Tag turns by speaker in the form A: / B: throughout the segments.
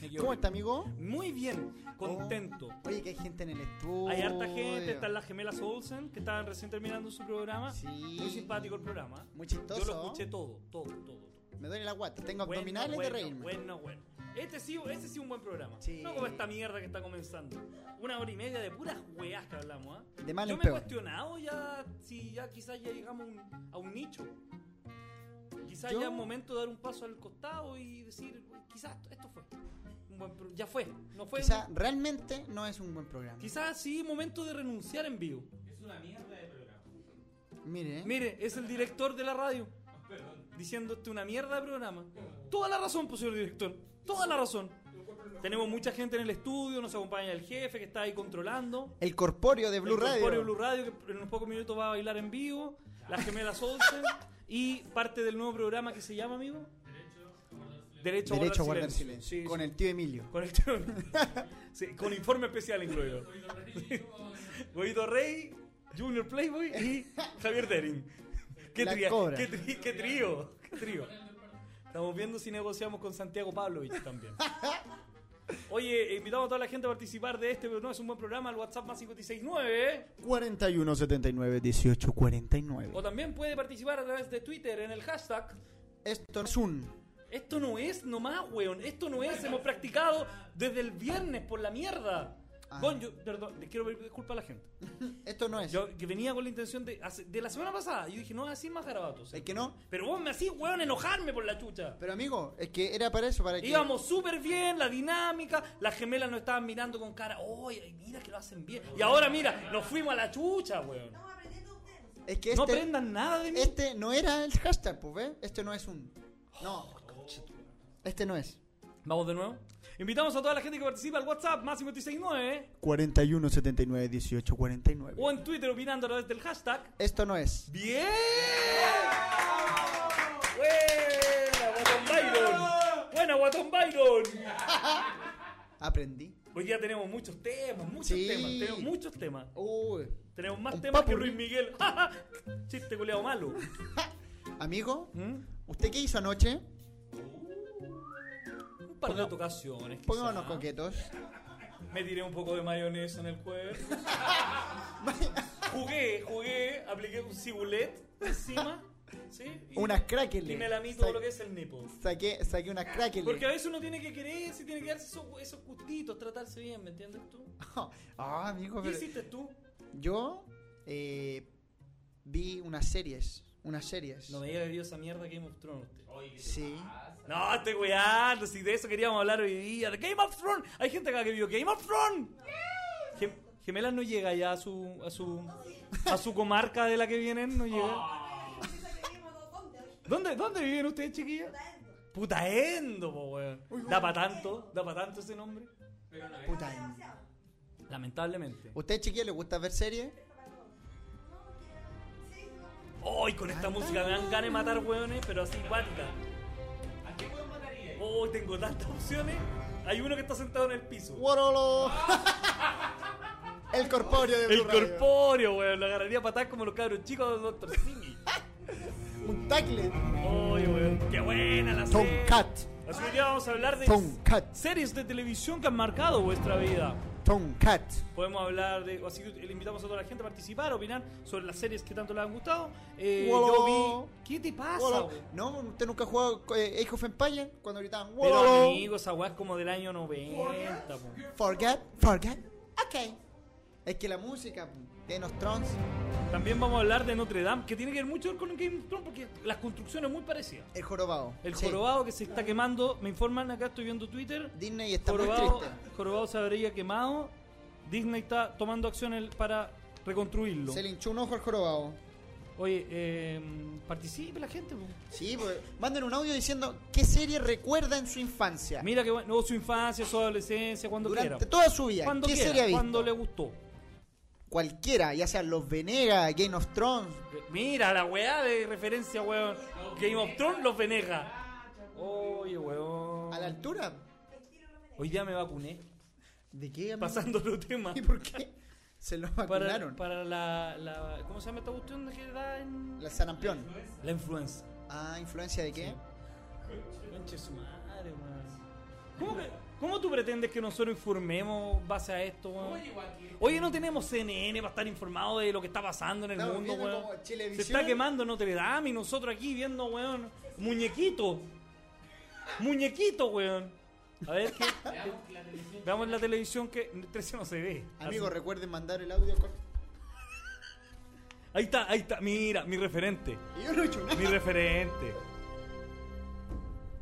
A: Giorgio.
B: ¿Cómo está, amigo?
A: Muy bien, contento.
B: Oh, Oye, que hay gente en el estudio.
A: Hay harta gente, están las gemelas Olsen que estaban recién terminando su programa.
B: Sí.
A: Muy simpático el programa.
B: Muy chistoso.
A: Yo lo escuché todo, todo, todo. todo.
B: Me duele la guata. Tengo
A: Bueno,
B: abdominales
A: bueno,
B: de reírme.
A: Bueno, bueno. Este sí, este sí un buen programa.
B: Sí.
A: No como esta mierda que está comenzando. Una hora y media de puras weas que hablamos, ¿ah?
B: De mal
A: Yo
B: en
A: me
B: peor.
A: he cuestionado ya si ya quizás ya llegamos a un- a un nicho. Quizás
B: Yo-
A: ya es momento de dar un paso al costado y decir, quizás esto- esto fue. Un buen pro- ya fue. No fue.
B: Quizá realmente no es un buen programa.
A: Quizás sí, momento de renunciar en vivo.
B: Mire, ¿eh?
A: Mire, es el director de la radio. Diciéndote una mierda de programa. Toda la razón, pues, señor director. Toda la razón. Tenemos mucha gente en el estudio, nos acompaña el jefe que está ahí controlando.
B: el corpóreo de Blue
A: el
B: Radio.
A: corpóreo Blue Radio que en unos pocos minutos va a bailar en vivo. Las gemelas Olsen. y parte del nuevo programa que se llama, amigo. Derecho a guardar silencio.
B: Derecho a guardar silencio.
A: Sí,
B: con
A: sí.
B: el tío Emilio.
A: Con el chon- Sí, con informe especial incluido. Guido Rey, Junior Playboy y Javier Derin. ¿Qué,
B: La
A: tria-
B: cobra.
A: qué, tri- qué trío? ¿Qué trío? Estamos viendo si negociamos con Santiago Pavlovich también. Oye, invitamos a toda la gente a participar de este, pero no es un buen programa, el WhatsApp más 569. ¿eh?
B: 41 79 18 49.
A: O también puede participar a través de Twitter en el hashtag
B: Esto no es un.
A: Esto no es nomás, weón. Esto no es. Hemos practicado desde el viernes por la mierda.
B: Ah.
A: Gon, yo, perdón, le quiero pedir disculpas a la gente.
B: Esto no es.
A: Yo que venía con la intención de. hace- de la semana pasada, yo dije, no voy a decir más garabatos.
B: Es que no.
A: Pero vos me hacís, weón, enojarme por la chucha.
B: Pero amigo, es que era para eso, para que.
A: Íbamos súper bien, la dinámica, las gemelas nos estaban mirando con cara, oye, ay, mira que lo hacen bien. Y ahora mira, nos fuimos a la chucha, weón.
B: Es que este.
A: No aprendan nada de mí.
B: Este no era el hashtag, pues, ¿ves? Este no es un. No. Este no es.
A: Vamos de nuevo. Invitamos a toda la gente que participa al WhatsApp, más 569, ¿eh?
B: 41 79 18 49.
A: o en Twitter opinando a través del hashtag
B: Esto no es.
A: ¡Bien! ¡Buena, Guatón Byron! ¡Buena, Guatón Byron!
B: Aprendí.
A: Hoy día tenemos muchos temas, muchos
B: Sí.
A: temas, tenemos muchos temas.
B: Uy.
A: Tenemos más
B: Un
A: temas que
B: papurrí.
A: Luis Miguel. Chiste culeado malo.
B: Amigo,
A: ¿Mm?
B: ¿usted qué hizo anoche?
A: Un par de ocasiones.
B: Pongámonos coquetos.
A: Me tiré un poco de mayonesa en el cuerpo. jugué, jugué, apliqué un cibulet encima. ¿sí? Y-
B: Unas crackles.
A: Y me lamí todo lo que es el nipo.
B: Saqué, saqué unas crackles.
A: Porque a veces uno tiene que quererse, tiene que darse esos, esos gustitos, tratarse bien, ¿me entiendes tú?
B: Ah, amigo,
A: ¿Qué
B: pero-
A: hiciste tú?
B: Yo eh, vi unas series. Unas series.
A: No me digas que vio esa mierda Game of Thrones usted.
B: Sí.
A: No, estoy weando, si de eso queríamos hablar hoy día. De Game of Thrones. Hay gente acá que vio Game of Thrones. Gem- Gemelas no llega ya a su, a su a su comarca de la que vienen, no llega. ¿Dónde, dónde viven ustedes, chiquillas? Putaendo, po, weón. Da pa' tanto, da pa' tanto ese nombre.
B: Puta. em.
A: Lamentablemente.
B: ¿Usted, chiquillo, le gusta ver series?
A: ¡Ay, con esta música me dan ganas de matar hueones, pero así cuánta! ¡Oh, tengo tantas opciones! Hay uno que está sentado en el piso.
B: ¡Guarolo! el corpóreo de
A: El
B: Blue Radio.
A: corpóreo, weón. Lo agarraría a patar como los cabros chicos de Doctor Simi.
B: Un tackle.
A: ¡Ay, weón! ¡Qué buena la serie!
B: Tomcat.
A: Así que hoy día vamos a hablar de
B: Tomcat.
A: series de televisión que han marcado vuestra vida.
B: Tomcat.
A: Podemos hablar de. Así que le invitamos a toda la gente a participar, a opinar sobre las series que tanto les han gustado. Eh,
B: Guau.
A: yo vi. ¿Qué te pasa,
B: Guarolo.
A: weón?
B: No, usted nunca ha jugado eh, Age of Empires cuando gritaban
A: Pero
B: "Guarolo".
A: amigo, esa weá es como del año 90. po.
B: Forget, forget. Ok. Es que la música de los Thrones
A: También vamos a hablar de Notre Dame, que tiene que ver mucho con Game of Thrones, porque las construcciones muy parecidas.
B: El jorobado.
A: El
B: Sí.
A: jorobado que se está quemando, me informan acá, estoy viendo Twitter.
B: Disney está muy
A: Jorobado,
B: triste.
A: jorobado se habría quemado. Disney está tomando acciones para reconstruirlo.
B: Se le hinchó un ojo al jorobado.
A: Oye, eh, participe la gente. po.
B: Sí, pues. Manden un audio diciendo qué serie recuerda en su infancia.
A: Mira que bueno, su infancia, su adolescencia, cuando
B: durante
A: quiera.
B: toda su vida.
A: Cuando
B: ¿Qué
A: quiera,
B: serie ha visto?
A: cuando le gustó.
B: Cualquiera, ya sean Los Venegas, Game of Thrones.
A: Mira la weá de referencia, weón. Game of Thrones los veneja. Oye, weón.
B: ¿A la altura?
A: Hoy día me vacuné.
B: ¿De qué? amigo?
A: Pasando los temas.
B: ¿Y por qué? Se lo
A: Para,
B: vacunaron.
A: para la, la- ¿Cómo se llama esta cuestión que da en.
B: La sarampión.
A: La influenza.
B: Ah, ¿influencia de qué?
A: Conche su madre, weón. ¿Cómo, que, ¿Cómo ¿Cómo tú pretendes que nosotros informemos base a esto, weón? Oye, no tenemos CNN para estar informados de lo que está pasando en el
B: Estamos
A: mundo,
B: viendo
A: weón.
B: como
A: Se
B: Chilevisión.
A: está quemando Notre Dame y nosotros aquí viendo, weón, muñequito. Muñequito, weón. A ver qué. Veamos la televisión que en el 13 no se ve.
B: Amigos, recuerden mandar el audio. Con...
A: Ahí está, ahí está. Mira, mi referente.
B: Y yo no he hecho nada.
A: Mi referente.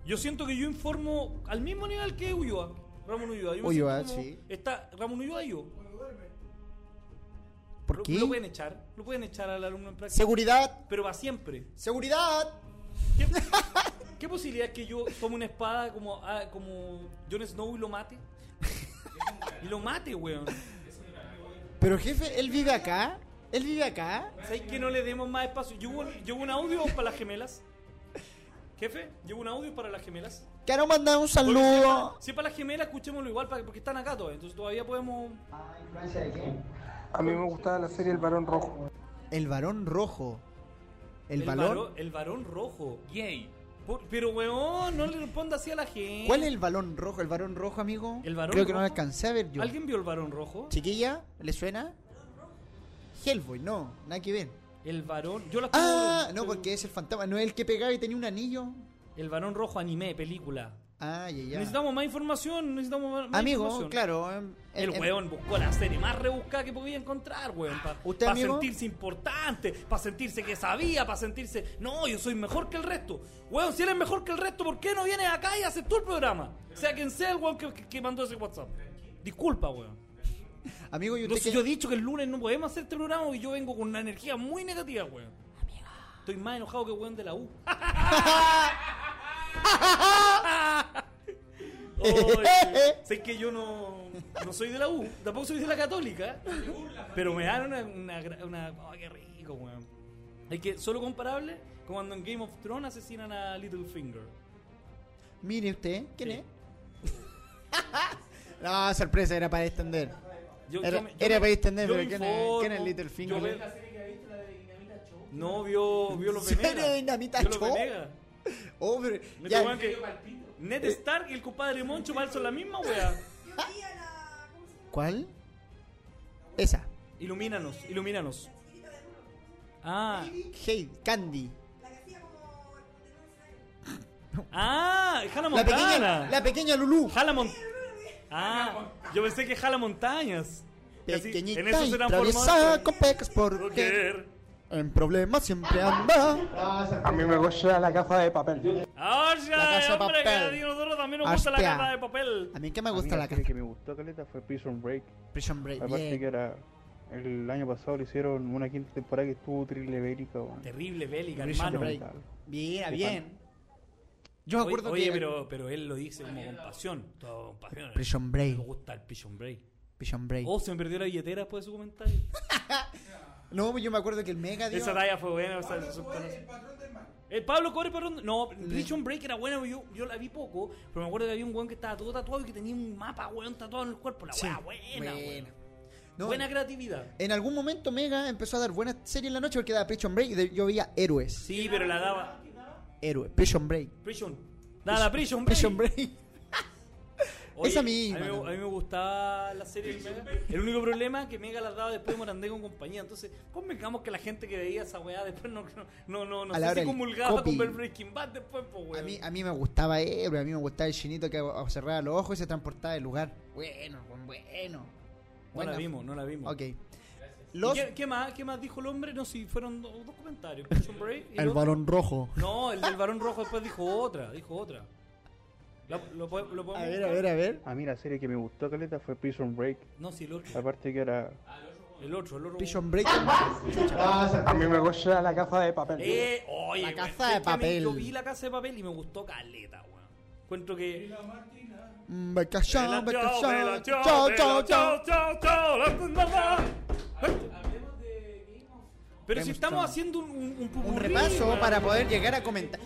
A: Yo siento que yo informo al mismo nivel que Ulloa. Ramón Ulloa. Yo me
B: Ulloa,
A: siento como-
B: sí.
A: Está Ramón Ulloa y yo.
B: ¿Por
A: Lo,
B: qué?
A: lo pueden echar. Lo pueden echar al alumno en práctica.
B: Seguridad.
A: Pero va siempre.
B: Seguridad.
A: ¿Qué, qué posibilidad es que yo tome una espada como, ah, como Jon Snow y lo mate? y lo mate, weón.
B: Pero jefe, él vive acá. Él vive acá.
A: ¿Sabes que no le demos más espacio? Yo hubo- yo hubo un audio para las gemelas. Jefe, llevo un audio para las gemelas.
B: Quiero mandar un
A: Porque Si es para,
B: saludo.
A: si es para las gemelas, escuchémoslo igual para- porque están acá todavía. Entonces todavía podemos.
C: A mí me gustaba la serie El Barón Rojo.
B: El varón rojo. El, balón.
A: varo- el varón rojo. Gay. Por- pero weón, no le responda así a la gente.
B: ¿Cuál es el balón rojo? ¿El varón rojo, amigo?
A: eh. ¿El varón
B: Creo que no lo
A: rojo?
B: alcancé a ver yo.
A: ¿Alguien vio el varón rojo?
B: ¿Chiquilla? ¿Le suena? Hellboy, no. Nada que ver.
A: El varón. Yo la
B: Ah,
A: estuve-
B: no, pues- porque es el fantasma. No es el que pegaba y tenía un anillo.
A: El varón rojo, anime, película.
B: Ah, ya, ya.
A: Necesitamos más información, necesitamos más- más
B: Amigo,
A: información.
B: claro. em,
A: El
B: em,
A: weón buscó la serie más rebuscada que podía encontrar, weón. Para
B: ¿Usted, amigo?
A: sentirse importante, para sentirse que sabía, para sentirse. No, yo soy mejor que el resto. Weón, si eres mejor que el resto, ¿por qué no vienes acá y haces tú el programa? Sea quien sea el weón que, que- que mandó ese WhatsApp. Disculpa, weón.
B: Amigo, ¿y
A: No,
B: usted
A: si
B: qué-
A: yo he dicho que el lunes no podemos hacer este programa y yo vengo con una energía muy negativa, weón. Estoy más enojado que weón de la U. Oye, sé que yo no, no soy de la U, tampoco soy de la católica, pero me dan una... una, gra- una ay, qué rico, weón. Es que solo comparable con cuando en Game of Thrones asesinan a Littlefinger.
B: Mire usted, ¿quién
A: Sí.
B: es? no, sorpresa, era para extender.
A: Yo-
B: Era-
A: yo me- yo
B: era
A: me-
B: para extender,
A: yo
B: pero
A: me
B: ¿quién es-
A: informo,
B: quién es Littlefinger?
A: yo veo- No, vio, vio los
B: ¿Serio,
A: Venegas.
B: Dinamita
A: Vio los
B: Show?
A: Venegas.
B: Oh, pero
A: Me
B: ya-
A: tocan que Ned Stark y el compadre Moncho mal son la misma wea.
B: ¿Cuál? Esa.
A: Ilumínanos, ilumínanos. Ah,
B: Hey, Candy.
A: ah, Jala
B: La pequeña,
A: Montana.
B: la pequeña Lulu.
A: Jala Mon- Ah, yo pensé que Jala Montañas. Y así,
B: Pequeñita
A: en eso
B: y
A: se
B: traviesa
A: transformó.
B: con pecas porque
A: Rocker.
B: en problemas siempre anda.
C: A mí me gusta la casa de papel.
A: Ahora,
B: Casa de
A: hombre, que a
B: Papel.
A: nosotros también nos gusta la
B: Aspea.
A: cara de papel.
B: A mí que me
D: A mí
B: gusta
D: la
B: la
D: serie
B: carta.
D: que me gustó caleta fue Prison Break.
B: Prison Break.
D: Aparte
B: bien.
D: que era el año pasado le hicieron una quinta temporada que estuvo triple bélica, weón.
A: Terrible bélica,
B: Prison
A: hermano.
B: Break. Bien, bien. Yo me
A: Oye,
B: acuerdo
A: oye,
B: que
A: pero, pero él lo dice como con pasión. Todo con pasión.
B: Prison Break.
A: Me gusta el Prison Break.
B: Prison Break.
A: Oh, se me perdió la billetera después de su comentario.
B: No, yo me acuerdo que el Mega dio.
A: Esa talla fue buena. o sea, se conoce. el Pablo Cobre, perdón. No, Prison Break era bueno. Yo, yo la vi poco. Pero me acuerdo que había un weón que estaba todo tatuado y que tenía un mapa, weón, tatuado en el cuerpo. La
B: Sí,
A: weá, Ah, buena,
B: buena.
A: buena.
B: No,
A: Buena creatividad.
B: En algún momento Mega empezó a dar buenas series en la noche porque daba Prison Break y de- yo veía héroes.
A: Sí, pero la daba.
B: Héroes. Prison Break.
A: Prison. Daba la Prison Break.
B: Prison Break. Esa misma,
A: A mí, me-
B: ¿no?
A: a mí me gustaba la serie del Mega. El único problema es que Mega las daba después de Morandé con compañía. Entonces, convengamos que la gente que veía esa weá después no, no, no, no, no
B: A la
A: sé
B: hora
A: si
B: del
A: comulgaba
B: copy.
A: con ver Breaking Bad después, pues, weón.
B: A mí, a mí me gustaba héroes, a mí me gustaba el chinito que a- cerraba los ojos y se transportaba del lugar. Bueno, buen- bueno.
A: no
B: Buena.
A: la vimos, no la vimos.
B: Ok.
A: ¿Y
B: Los...
A: ¿Qué, qué más, ¿Qué más dijo el hombre? No, si fueron do- dos, comentarios. Prison Break y el otro.
B: varón rojo.
A: No, el del varón rojo después dijo otra, dijo otra. La- lo, po- lo podemos
B: A ver, a
A: buscar?
B: ver, a ver.
D: A mí la serie que me gustó caleta fue Prison Break.
A: No, sí, el otro.
D: Aparte que era
A: El otro, el otro.
B: Prison Break.
C: A mí me gusta la casa de papel.
A: Eh, oye,
B: La
A: weón,
B: Casa
A: es que a
B: de
A: mí-
B: Papel.
A: Yo vi la casa de papel y me gustó caleta, weón. Encuentro que.
B: Mm, beca ya,
A: Vela,
B: beca
A: chao,
B: ya.
A: vela, chao,
B: Chao,
A: vela,
B: chao, chao.
A: chao, chao, la tundaba. Pero si estamos haciendo un, un, un
B: Un
A: popurrí,
B: repaso
A: weón.
B: para poder llegar a comentar.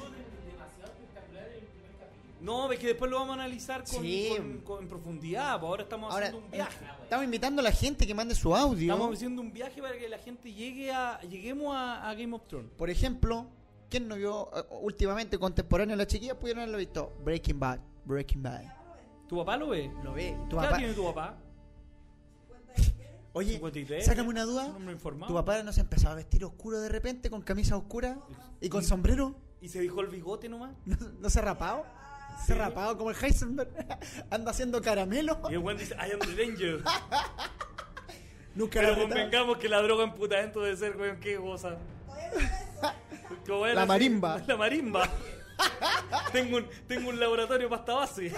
A: No, es que después lo vamos a analizar con,
B: Sí.
A: con- con- en profundidad. pues Ahora estamos
B: Ahora,
A: haciendo un viaje.
B: estamos invitando a la gente que mande su audio.
A: Estamos haciendo un viaje para que la gente llegue a, lleguemos a, a Game of Thrones.
B: Por ejemplo, ¿quién Pues no vio eh, últimamente contemporáneo a la chiquilla? Pudieron haberlo visto. Breaking Bad. Breaking Bad.
A: ¿Tu papá lo ve?
B: Lo ve.
A: ¿Qué
B: Tu
A: edad
B: papá-
A: tiene tu papá?
B: Oye,
A: 53,
B: sácame una
A: Es
B: duda.
A: un hombre informado.
B: ¿Tu papá no se empezaba a vestir oscuro de repente, con camisa oscura y con sombrero?
A: ¿Y se dejó el bigote nomás?
B: ¿No, no se ha rapado? ¿Se ha rapado como el Heisenberg? ¿Anda haciendo caramelo?
A: Y el weón dice, I am the danger.
B: Nunca
A: Pero
B: lo ha apretado.
A: convengamos que la droga en puta dentro de ser, weón, qué goza. Como era
B: La
A: así,
B: marimba.
A: La marimba. tengo, un, tengo un laboratorio pasta base.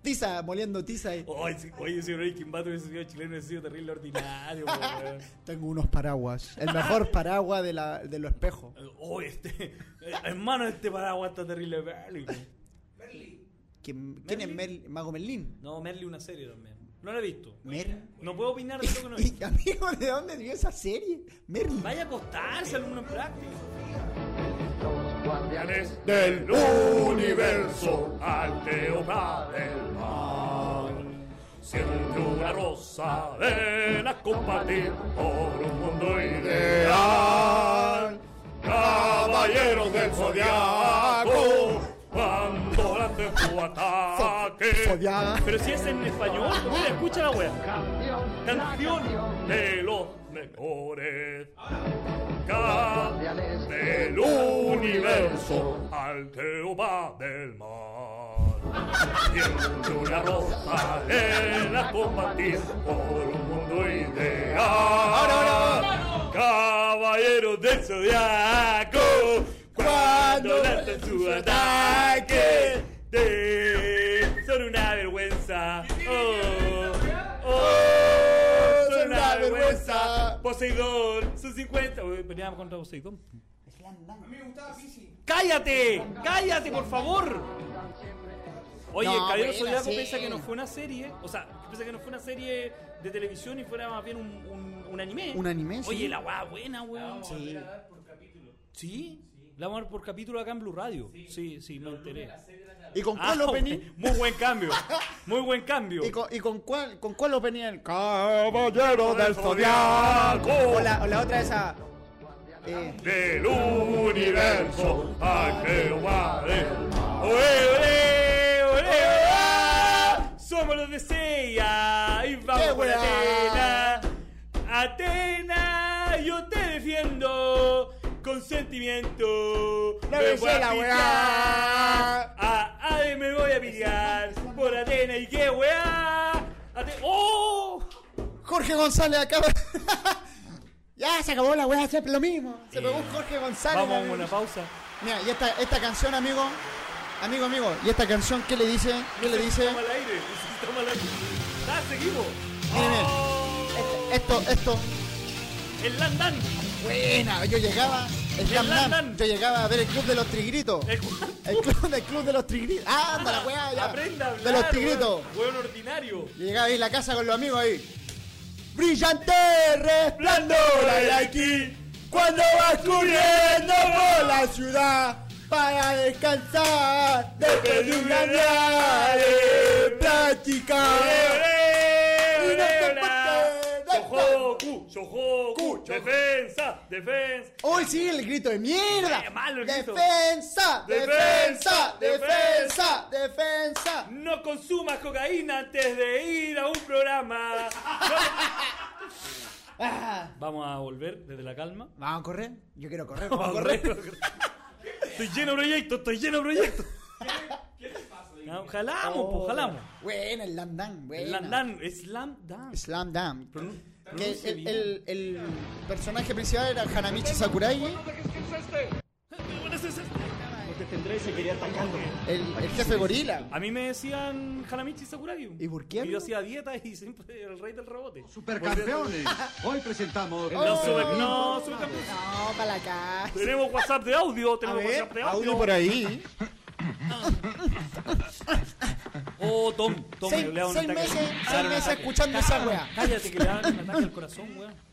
B: Tiza, moliendo tiza ahí.
A: Oye, si- oye, si Breaking Bad hubiese sido chileno, hubiese sido terrible ordinario, po, weón.
B: Tengo unos paraguas. El mejor paraguas de, la, de los espejos.
A: Oye, este. Hermano, este paraguas está terrible, Merly.
B: ¿Quién, quién es Merl- Mago Merlín?
A: No, Merly una serie también. No la he visto.
B: Mer.
A: No puedo opinar de lo que no he visto.
B: Y, amigo, ¿de dónde vio esa serie? Merlin.
A: Vaya a acostarse, alumno en práctica.
E: guardianes del universo, al teoma del mal. Siente una rosa de la combatir por un mundo ideal. Caballeros del zodiaco, cuando lance tu ataque,
B: Zodiaco.
A: Pero si es en español, mira, escucha la wea. Canción.
E: de los mejores. Guardianes del universo, al teoma del mal. Siendo una rosa en la combatir por un mundo ideal. Caballero del zodiaco, cuando lanzan su ataque, te son una vergüenza. Oh, oh, son una vergüenza.
A: Poseidón, son 50. Uy, Peleábamos contra Poseidón. ¡Cállate! ¡Cállate, por favor! Oye,
B: No,
A: el Caballero
B: buena
A: Zodiaco
B: serie.
A: piensa que no fue una serie, o sea, piensa que no fue una serie de televisión y fuera más bien un, un- un anime.
B: Un anime, sí.
A: Oye, la weá buena, weón.
B: Sí.
A: ¿Sí? La vamos a ver por capítulo acá en Blue Radio. Sí, sí, me enteré.
B: ¿Y con
A: Ah,
B: cuál opening?
A: muy buen cambio. Muy buen cambio.
B: ¿Y con, y con cuál, con cuál opening? El caballero del
E: Zodiaco.
B: O la, o la otra esa. Eh,
E: del universo a Jehová del mal. ¡Ole, ole, ole!
A: ¡Ea! Somos los de Seiya y
B: ¡Qué
A: vamos por
B: weá!
A: Atena. Atena, yo te defiendo con sentimiento. Me
B: La
A: voy
B: besé
A: a
B: la weá.
A: pillar. A Ade me voy a pillar por Atena y qué weá. Ate- ¡Oh!
B: Jorge González acaba. ya se acabó la wea, siempre lo mismo. Se pegó un Jorge González.
A: Vamos a
B: amigo.
A: una pausa.
B: Mira, y esta, esta canción, amigo. Amigo, amigo, ¿y esta canción qué le dice? ¿Qué le dice?
A: Estamos al aire. Estamos al aire. Ah, seguimos.
B: Miren, miren.
A: Oh,
B: Esto, esto.
A: El Landan.
B: Buena, yo llegaba. El
A: El
B: Jam Jam,
A: Landan.
B: Yo llegaba a ver el club de los trigritos.
A: El-
B: El club, el club de los trigritos. Ah, anda la wea, ya.
A: Aprenda a hablar.
B: De los trigritos.
A: weón. Weón ordinario.
B: Yo llegaba ahí a la casa con los amigos ahí. ¡Brillante resplandor hay aquí! Cuando vas corriendo por la ciudad para descansar, después de un gran día de práctica.
A: ¡Ole, ole,
B: Y
A: ole,
B: no te
A: ole!
B: portes, no
A: Shohoku, Shohoku,
B: Ku, Shohoku.
A: defensa, defensa.
B: Hoy sí, el grito de mierda.
A: Qué malo el grito.
B: defensa, defensa,
A: Defensa,
B: defensa, defensa.
A: No consumas cocaína antes de ir a un programa.
B: Ah,
A: Vamos a volver desde la calma.
B: Vamos a correr. Yo quiero correr.
A: Vamos a correr. Estoy lleno de proyectos, estoy lleno de proyectos. ¿Qué, pasa? jalamos,
B: Oh,
A: pues, jalamos.
B: Buena, el landán, buena.
A: Slam Dunk, Slam Dunk.
B: Slam Dunk.
A: Pronun-
B: Que
A: pronuncie
B: el,
A: bien.
B: el- el personaje principal era Hanamichi Sakurai.
A: este?
B: El, el jefe gorila.
A: A mí me decían Hanamichi Sakuragi.
B: ¿Y por quién?
A: Y yo hacía dieta y siempre era el rey del rebote.
F: Supercampeones, hoy presentamos
A: No, sube, no, sube campeón.
B: No, para acá.
A: Tenemos WhatsApp de audio, tenemos WhatsApp de audio.
B: ahí.
A: Oh, Tom, Tom,
B: Seis,
A: le da un
B: seis
A: ataque.
B: meses,
A: Ah,
B: seis
A: un
B: meses
A: ataque.
B: escuchando esa wea.
A: Cállate que le dan un ataque al corazón, weón.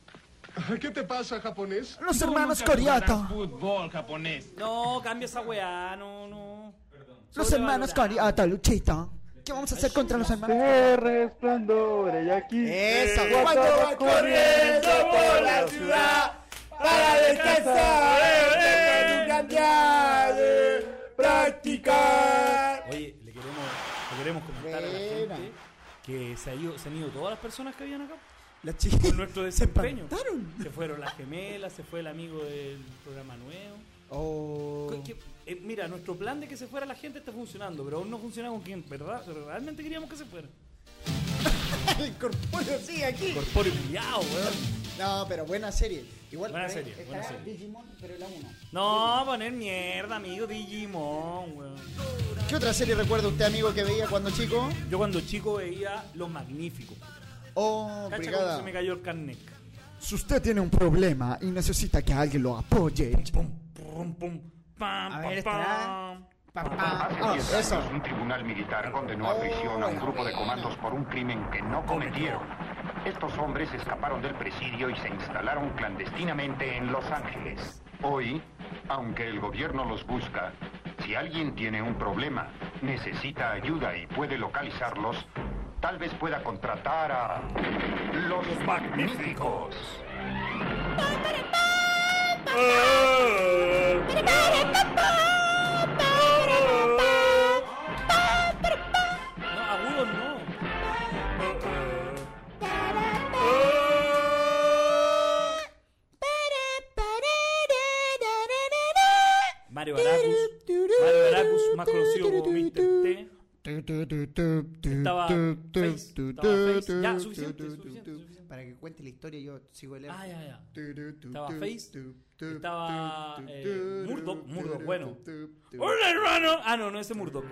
G: ¿Qué te pasa, japonés?
B: Los hermanos Corioto.
G: Fútbol japonés.
A: No, cambia esa weá, no, no. Perdón.
B: Los hermanos Corioto, Luchito. ¿Qué vamos a hacer contra los hermanos?
C: ¡Qué resplandor hay aquí!
B: Esa,
C: Eh, cuando va corriendo por la
A: ciudad para
C: descansar,
A: Eh, después de un gran
B: practicar.
A: Oye, le queremos, le queremos comentar a la
B: Buena.
A: gente que se, ha ido- se han ido todas las personas que habían acá.
B: Las chicas
A: Por nuestro
B: se
A: desempeño.
B: espantaron.
A: Se fueron las gemelas, se fue el amigo del programa nuevo.
B: Oh.
A: Que- que- eh, mira, nuestro plan de que se fuera la gente está funcionando, pero aún no funciona con quien ¿verdad? realmente queríamos que se fuera.
B: El corpóreo sigue aquí.
A: Corpóreo pillado, weón.
B: No, pero buena serie. Igual
A: Buena
B: por ahí
A: serie,
B: está
A: buena serie.
B: Digimon, pero la 1.
A: No, poner mierda, amigo, Digimon, weón.
B: ¿Qué otra serie recuerda usted, amigo, que veía cuando chico?
A: Yo cuando chico veía Lo Magnífico.
B: Oh,
A: Cacha cómo
B: brigada.
A: se me cayó el carnet.
B: Si usted tiene un problema y necesita que alguien lo apoye.
A: Pum, pum, pum, pam,
B: A
A: pam,
B: ver, estará.
A: pam.
B: Ah, eso.
H: Un tribunal militar condenó a prisión a un grupo de comandos por un crimen que no cometieron. Estos hombres escaparon del presidio y se instalaron clandestinamente en Los Ángeles. Hoy, aunque el gobierno los busca, si alguien tiene un problema, necesita ayuda y puede localizarlos, tal vez pueda contratar a los magníficos.
A: No, agudos no. Mario Baracus. Mario Baracus, más conocido como Mr. T. Estaba Face, estaba Face. Ya, suficiente, suficiente, suficiente.
B: Para que cuente la historia, yo sigo el
A: Ah, ya, ya. Estaba Face, estaba, eh, Murdoch, Murdoch, bueno. ¡Hola, hermano! Ah, no, no, ese Murdoch.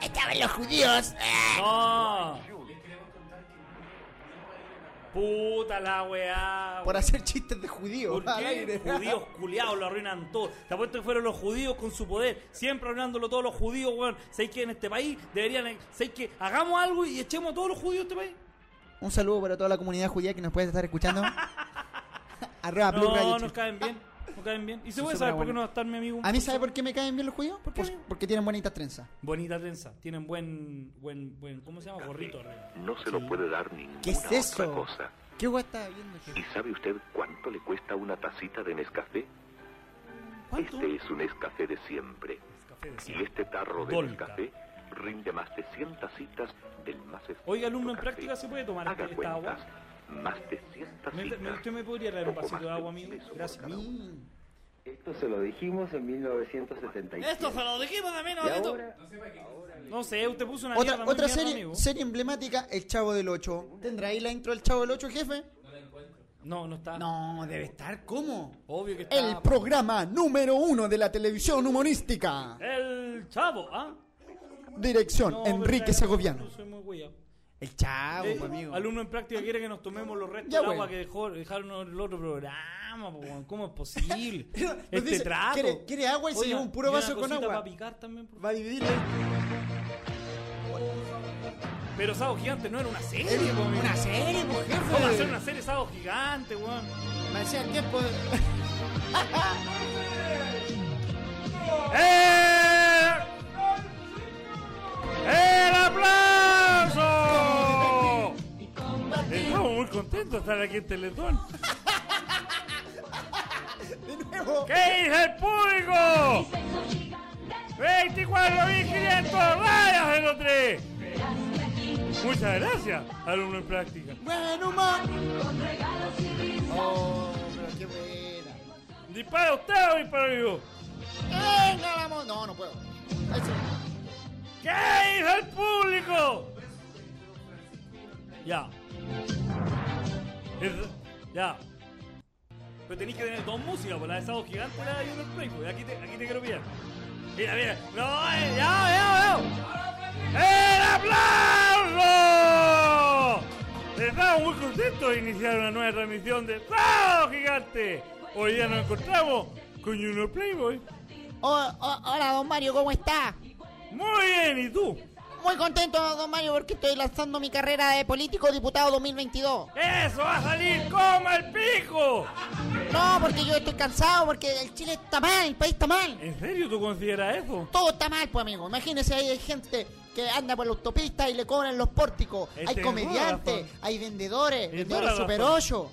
B: Estaban los judíos.
A: ¡No! Puta la weá.
B: Por hacer chistes de judíos.
A: ¿Por
B: al
A: qué?
B: aire.
A: Judíos culiados lo arruinan todo. Te apuesto que fueron los judíos con su poder. Siempre arruinándolo todos los judíos, weón. ¿Sabéis que en este país deberían. ¿Sabéis que hagamos algo y echemos a todos los judíos de este país?
B: Un saludo para toda la comunidad judía que nos puede estar escuchando. Arriba, Blue Radio
A: No,
B: Chile.
A: nos caen bien. Nos caen bien. ¿Y se
B: Sí,
A: puede
B: súper
A: saber por qué no
B: bueno.
A: va a estar mi amigo?
B: A mí, ¿sabe por qué me caen bien los judíos?
A: ¿Por qué?
B: Pues porque tienen bonitas trenzas.
A: Bonita trenza. Tienen buen. buen, buen ¿Cómo se llama? Gorrito arriba.
I: No se lo puede dar ninguna
B: ¿Qué es
I: otra
B: eso?
I: cosa.
B: ¿Qué guay está viendo?
I: ¿Y
B: jefe?
I: sabe usted cuánto le cuesta una tacita de Nescafé?
A: ¿Cuánto?
I: Este es un Nescafé de siempre.
A: Café de
I: Y
A: siempre.
I: este tarro de
A: Dolca.
I: Nescafé rinde más de 100 tacitas del más exquisito
A: Oiga, alumno, ¿en
I: café.
A: práctica se puede tomar este
I: Haga
A: esta agua?
I: cuentas, Más de 100
A: ¿Me,
I: tacitas.
A: me- ¿Usted me podría traer un
I: Poco
A: vasito
I: más
A: de agua,
I: de un
A: amigo?
I: peso por
A: Gracias.
I: cada uno.
B: Mm.
J: Esto se lo dijimos en 1973.
A: Esto se lo dijimos también, ¿no? Esto- No sé, usted puso una mierda
B: Otra,
A: muy
B: otra
A: mierda,
B: serie,
A: amigo.
B: serie emblemática, El Chavo del 8. ¿Tendrá ahí la intro del Chavo del 8, jefe?
A: No, no está.
B: No, debe estar. ¿Cómo?
A: Ah. Obvio que está. pues.
B: El programa número uno de la televisión humorística.
A: El chavo, ¿ah?
B: Dirección,
A: Eh, No,
B: Enrique
A: pero-
B: Segoviano.
A: Yo soy muy guiado.
B: El Chavo,
A: Eh,
B: pues, amigo.
A: Alumno en práctica quiere que nos tomemos los restos
B: Ya,
A: del agua
B: bueno.
A: que dejó, dejaron en el otro programa, po, weón. ¿cómo es posible?
B: Nos
A: este
B: dice,
A: trato.
B: ¿quiere- quiere agua y se
A: Oiga,
B: lleva un puro
A: ¿y una
B: vaso con
A: cosita
B: agua?
A: para picar también, por favor?
B: Va a dividirle.
A: Pero Sábado Gigante no era una serie, po, amigo.
B: Una serie, pues, jefe.
A: ¿Cómo hacer una serie Sábado Gigante, weón?
B: Me hacía tiempo de-
A: ¡Eh! ¡El aplauso! Estamos muy contentos de estar aquí en Teletón.
B: de nuevo.
A: ¿Qué dice el público? 24.500 rayas en los tres. Muchas gracias, alumno en práctica.
B: Buen humor. Oh, pero qué buena.
A: ¿Dispara usted o disparo yo?
B: ¡Venga, vamos! No, no puedo. Eso.
A: ¿Qué dice el público? Ya. Es- ya. Pero tenéis que tener dos músicas, por la de Sábado Gigante y la de Junior Play, pues. aquí te, aquí te quiero pillar. Mira, mira. No, eh, ya, ya, ya. ¡El aplauso! Estamos muy contentos de iniciar una nueva transmisión de Sábado Gigante. Hoy día nos encontramos con Junior Playboy.
B: Oh, oh, hola, don Mario, ¿cómo está?
A: Muy bien, ¿y tú?
B: Muy contento, don Mario, porque estoy lanzando mi carrera de político diputado 2022.
A: ¡Eso va a salir como el pico!
B: No, porque yo estoy cansado, porque el Chile está mal, el país está mal.
A: ¿En serio tú consideras eso?
B: Todo está mal, pues, amigo. Imagínese, ahí hay gente que anda por la autopista y le cobran los pórticos.
A: Eh,
B: hay
A: tenés toda la
B: comediantes,
A: razón.
B: hay vendedores,
A: Tenés toda
B: vendedores
A: la
B: super
A: razón.
B: 8.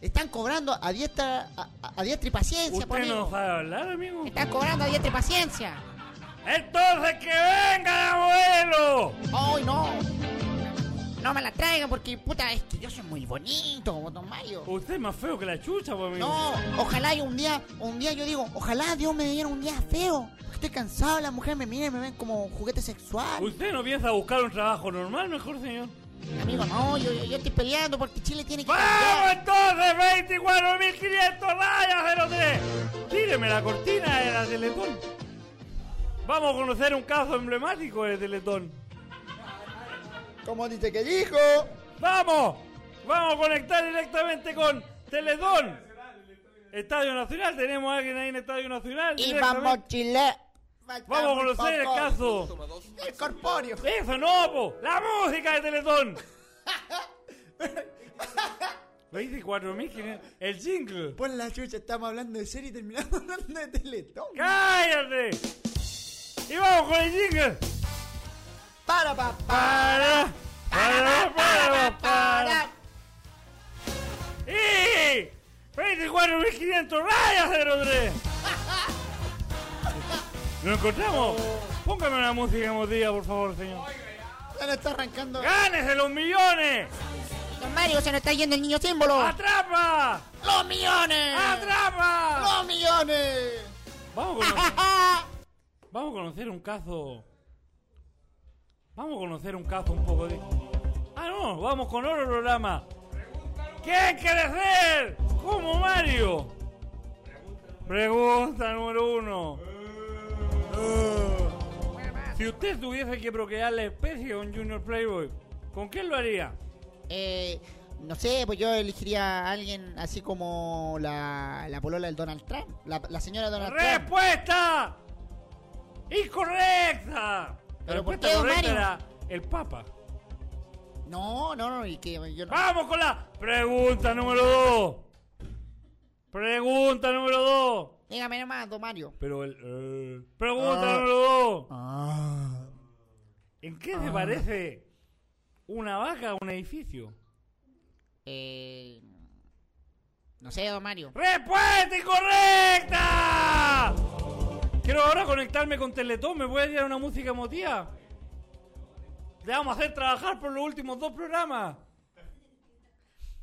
B: Están cobrando a diestra, a, a- a diestra y paciencia, pues,
A: Usted
B: amigo.
A: no sabe hablar, amigo.
B: Están cobrando a diestra y paciencia.
E: Entonces que venga el abuelo.
B: ¡Ay, no! No me la traigan porque, puta, es que yo soy muy bonito, don Mario.
A: Usted es más feo que la chucha, pues, por mí.
B: No, ojalá y un día, un día yo digo, ojalá Dios me diera un día feo. Estoy cansado, las mujeres me miran y me ven como juguete sexual.
A: ¿Usted no piensa buscar un trabajo normal mejor, señor?
B: Amigo, no, yo, yo- yo estoy peleando porque Chile tiene que...
E: ¡Vamos entonces! ¡24.500 rayas 03!
A: Tíreme la cortina de la Teletón. Vamos a conocer un caso emblemático de Teletón.
K: ¿Cómo dice que dijo?
A: ¡Vamos! Vamos a conectar directamente con Teletón. Estadio Nacional, tenemos a alguien ahí en Estadio Nacional.
B: Y
A: directamente.
B: vamos, Chile.
A: Vamos a conocer el caso.
B: El corpóreo.
A: Eso no, po. La música de Teletón. 24.500. El jingle.
K: Pon la chucha, estamos hablando de serie y terminamos hablando de Teletón.
A: ¡Cállate! Y vamos con el jingle.
K: Para, pa,
A: Para, para, para, para. ¡Y! ¡24.500 rayas 03! ¿Lo encontramos? Póngame una música emotiva, por favor, señor.
B: Se nos está arrancando.
A: ¡Gánese los millones!
B: Don Mario, se nos está yendo el niño símbolo.
A: ¡Atrapa!
B: ¡Los millones!
A: ¡Atrapa!
B: ¡Los millones!
A: Vamos a conocer, vamos a conocer un caso. Vamos a conocer un caso un poco de. Ah, no, vamos con otro programa. ¿Quién quiere ser? ¿Cómo Mario? Pregunta número uno. Si usted tuviese que procrear la especie de un Junior Playboy, ¿con quién lo haría?
B: Eh, no sé, pues yo elegiría a alguien así como la, la polola del Donald Trump. La, la señora Donald Trump.
A: ¡Respuesta! ¡Incorrecta! La
B: ¿Pero por
A: respuesta
B: qué, don
A: correcta
B: Mario?
A: era el Papa.
B: No, no, no, y que yo no.
A: Vamos con la pregunta número 2. Pregunta número 2.
B: Dígame nomás, don Mario.
A: Pero el. eh, pregunta
B: Ah.
A: número 2. ¿En qué se parece una vaca a un edificio?
B: Eh, no sé, don Mario.
A: ¡Respuesta incorrecta! Quiero ahora conectarme con Teletón. ¿Me puede tirar una música emotiva? Le vamos a hacer trabajar por los últimos dos programas.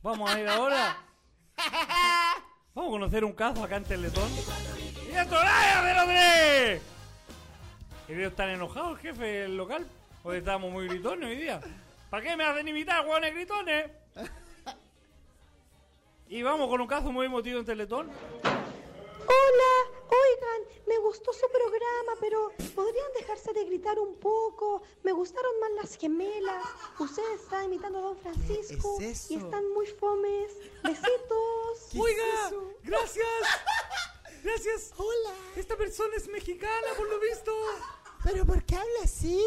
A: Vamos a ir ahora. Vamos a conocer un caso acá en Teletón. ¡Y esto Raya 03! ¿Queridos tan enojados, jefe del local? Hoy estábamos muy gritones hoy día. ¿Para qué me hacen imitar, hueones gritones? Y vamos con un caso muy emotivo en Teletón.
L: Hola, oigan, me gustó su programa, pero ¿podrían dejarse de gritar un poco? Me gustaron más las gemelas. Ustedes están imitando a Don Francisco y están muy fomes. Besitos.
A: Oiga, gracias. Gracias. Hola. Esta persona es mexicana, por lo visto.
M: ¿Pero por qué habla así?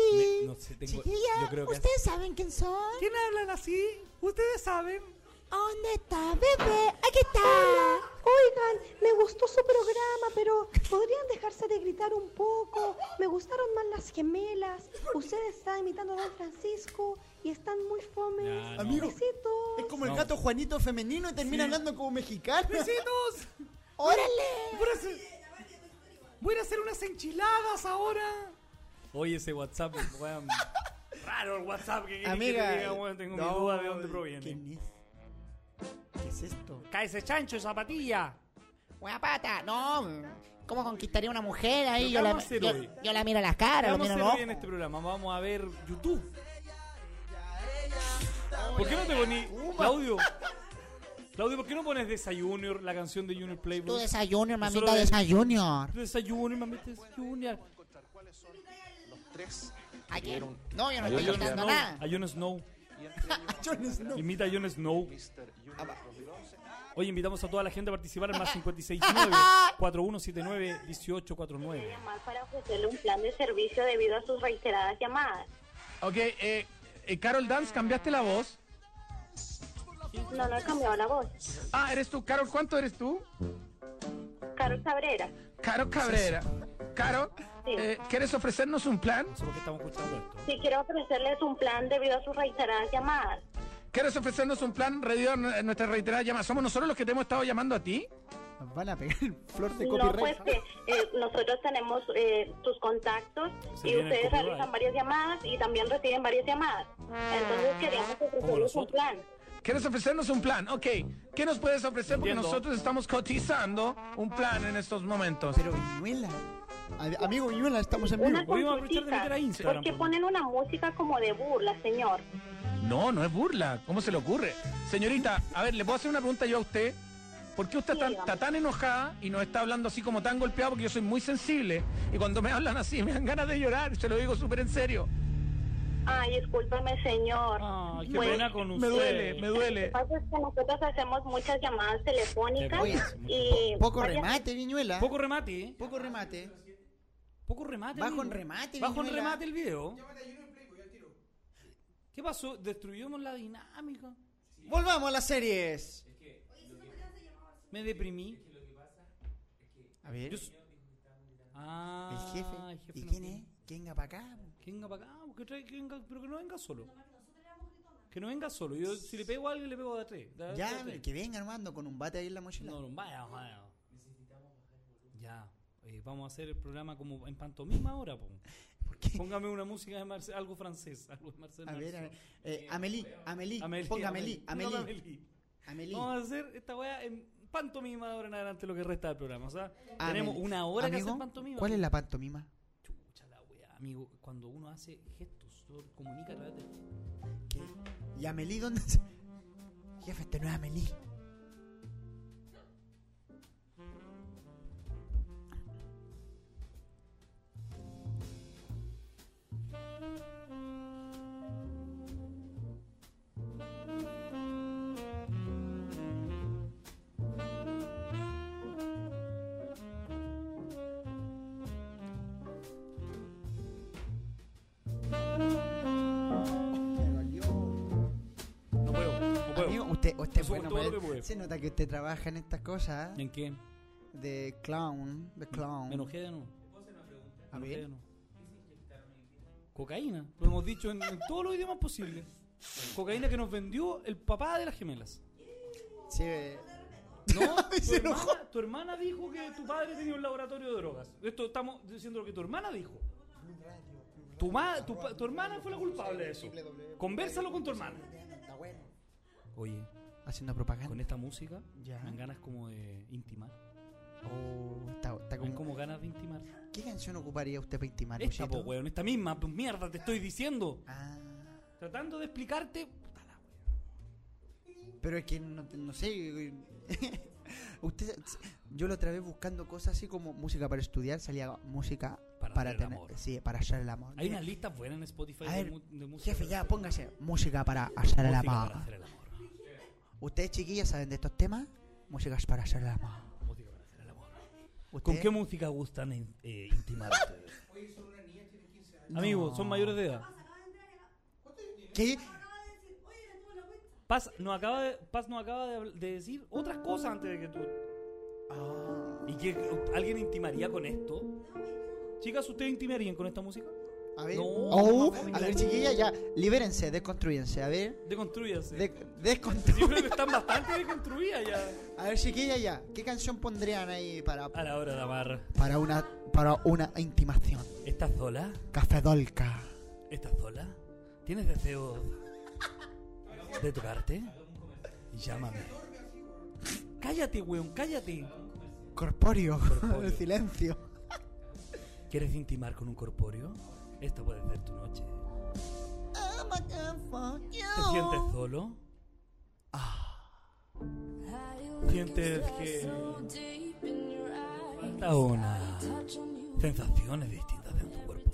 A: No sé, tengo.
M: Chiquilla,
A: Yo creo que.
M: ¿ustedes saben quién son?
A: ¿Quién hablan así? ¿Ustedes saben?
M: ¿Dónde está, bebé? Aquí está.
L: Oigan, me gustó su programa, pero ¿podrían dejarse de gritar un poco? Me gustaron más las gemelas. Ustedes están imitando a Don Francisco y están muy fomes.
A: Ya, no.
K: Amigo,
L: Besitos.
K: Es como el
A: No.
K: gato Juanito femenino y termina
A: Sí.
K: hablando como mexicano.
A: ¡Besitos!
K: ¡Órale!
A: Voy a hacer- Voy a ir a hacer unas enchiladas ahora. Oye, ese WhatsApp, weón. Raro el WhatsApp que quiere que
K: Amiga,
A: te diga, weón, tengo mi
K: no,
A: duda de dónde proviene.
K: ¿Qué es esto?
A: Cáese chancho, zapatilla.
B: Buena pata. No, ¿cómo conquistaría una mujer
A: ¿Pero
B: ahí? Yo
A: qué
B: la,
A: vamos a hacer
B: yo-
A: hoy?
B: yo la miro a las caras, lo
A: Vamos
B: miro
A: a
B: a
A: hacer
B: los
A: hoy en
B: ojos.
A: este programa. Vamos a ver YouTube. ¿Por qué no te poní Claudio? Claudio, ¿por qué no pones de Esa Junior, la canción de Junior Playboy?
B: Tú de esa Junior,
A: Nosotros
B: mamita,
A: este de-
B: de esa Junior.
A: De esa Junior, mamita, de esa Junior.
B: ¿A quién? No, yo no
A: A
B: estoy
A: Jon
B: gritando
A: Snow,
B: nada.
A: A Jon Snow. Imita a Jon Snow. Hoy invitamos a toda la gente a participar en más 569-4179-1849.
N: llamar para ofrecerle un plan de servicio debido a sus reiteradas llamadas.
O: Ok, eh, eh, Carol Dance, ¿cambiaste la voz?
N: No, no he cambiado la voz.
O: Ah, eres tú, Carol, ¿cuánto eres tú?
N: Carol Cabrera.
O: Carol Cabrera. Carol,
N: Sí.
O: eh, ¿quieres ofrecernos un plan?
N: Sí quiero ofrecerles un plan debido a sus reiteradas llamadas.
O: eh, ¿Quieres ofrecernos un plan radio nuestras reiteradas llamadas? ¿Somos nosotros los que te hemos estado llamando a ti?
B: Nos van a pegar flor de
N: No, pues
B: copyright.
N: que eh, nosotros tenemos eh, tus contactos
B: Se
N: y
B: viene
N: ustedes
B: copyright.
N: realizan varias llamadas y también reciben varias llamadas. Entonces
B: Ah,
N: queríamos ofrecerles un plan.
O: ¿Quieres ofrecernos un plan? Ok. ¿Qué nos puedes ofrecer? Porque
B: Entiendo.
O: nosotros estamos cotizando un plan en estos momentos.
B: Pero Viñuela. A- Amigo Viñuela, estamos en vivo.
N: Una consultita, ¿por qué ponen una música como de burla, señor?
O: No, no es burla. ¿Cómo se le ocurre? Señorita, a ver, le puedo hacer una pregunta yo a usted. ¿Por qué usted está, está tan enojada y nos está hablando así como tan golpeado? Porque yo soy muy sensible. Y cuando me hablan así me dan ganas de llorar. Se lo digo súper en serio.
N: Ay, discúlpame, señor.
B: Ah.
O: qué pena con Me usted. duele, me duele.
N: Lo que pasa es que nosotros hacemos muchas llamadas telefónicas
B: Oye,
N: y...
B: Poco
N: varias-
B: remate, Viñuela.
A: Poco remate, ¿eh?
B: Poco remate.
A: Poco remate.
B: Bajo en
A: Viñuela.
B: remate,
A: Bajo en
B: Viñuela.
A: remate el video. ¿Qué pasó? Destruyimos la dinámica.
B: Volvamos a las series.
A: Me deprimí.
B: A ver.
A: Yo s- Ah,
B: El jefe. ¿Y
A: no
B: quién
A: viene.
B: es? Que venga para acá.
A: Que venga para acá, pues, que trae- que venga- pero que no venga solo. Que no venga solo. Yo si le pego a alguien, le pego de a tres. de a- de
B: Ya,
A: a tres.
B: que venga, hermano, con un bate ahí en la mochila.
A: Ah, No, no, vaya, vaya. Ya. eh, vamos a hacer el programa como en pantomima ahora, po. Póngame una música de Marce- algo francés, algo de Marcel
B: A ver, a ver.
A: Marceau.
B: Eh, Amelie, Amelie,
A: Amelie,
B: ponga Amelie,
A: Póngame
B: Amelie.
A: Amelie.
B: Amelie.
A: Vamos a hacer esta weá en pantomima de ahora en adelante lo que resta del programa. O sea,
B: Ah, Amelie.
A: tenemos una hora que
B: Amigo,
A: hacer pantomima.
B: ¿Cuál es la pantomima?
A: Weá, Amigo, cuando uno hace gestos, todo comunica a través del
B: ¿Y Amelie dónde se... Jefe, este no es Amelie.
A: No puedo, no puedo.
B: Amigo, usted,
A: Eso
B: usted es
A: es
B: bueno,
A: todo
B: para
A: lo que
B: el-
A: puede.
B: Se nota que usted trabaja en estas cosas. ¿eh?
A: ¿En qué?
B: De clown, de clown.
A: Me enojé de nuevo.
B: A
A: Me enojé
B: ver.
A: de nuevo. Cocaína. Lo hemos dicho en, en todos los idiomas posibles. Cocaína que nos vendió el papá de las gemelas.
B: Sí, eh,
A: No, tu, hermana, tu hermana dijo que tu padre tenía un laboratorio de drogas. Esto estamos diciendo lo que tu hermana dijo. Tu, ma- tu, pa- tu hermana fue la culpable de eso. Convérsalo con tu hermana. Oye,
B: haciendo propaganda.
A: con esta música
B: Ya.
A: me dan ganas como de intimar.
B: Oh, está, está
A: Me dan
B: como...
A: como ganas de intimar.
B: ¿Qué canción ocuparía usted para intimar, Ah,
A: Esta, po,
B: Luchito?
A: weón, esta misma pues, mierda te estoy diciendo. Tratando de explicarte.
B: Pero es que no, no sé. Usted, yo la otra vez buscando cosas así como música para estudiar, salía música para,
A: hacer el
B: tener. Sí, para hallar el amor.
A: Hay unas listas buenas en Spotify
B: A
A: de,
B: ver,
A: mu- de música.
B: Jefe, ya, póngase. Música para hallar el
A: Música
B: amor.
A: para hacer el amor.
B: ¿Ustedes, chiquillas, saben de estos temas? Músicas para hallar el amor.
A: Música para hacer el amor. ¿Con qué música gustan in- eh, intimar ustedes? Amigos, son mayores de edad.
B: ¿Qué?
A: Paz nos acaba de, Paz nos acaba de, habl- de decir otras cosas antes de que tú.
B: Ah.
A: ¿Y que alguien intimaría con esto? Chicas, ¿ustedes intimarían con esta música?
B: A ver.
A: No,
B: Oh,
A: no, no,
B: a ver,
A: no.
B: chiquillas, ya. Libérense, desconstruyense. A ver.
A: Deconstrúyanse.
B: De,
A: Yo creo que están bastante deconstruidas ya.
B: A ver, chiquillas, ya. ¿Qué canción pondrían ahí para,
A: A la hora de amar.
B: para, una, para una intimación?
A: ¿Estás sola?
B: Café Dolca.
A: ¿Estás sola? ¿Tienes deseo de tocarte? Llámame. Cállate, weón, cállate.
B: Corpóreo.
A: Corpóreo.
B: El silencio.
A: ¿Quieres intimar con un corpóreo? Esta puede ser tu noche. ¿Te sientes solo? Ah. ¿Sientes que falta una sensaciones distintas en tu cuerpo?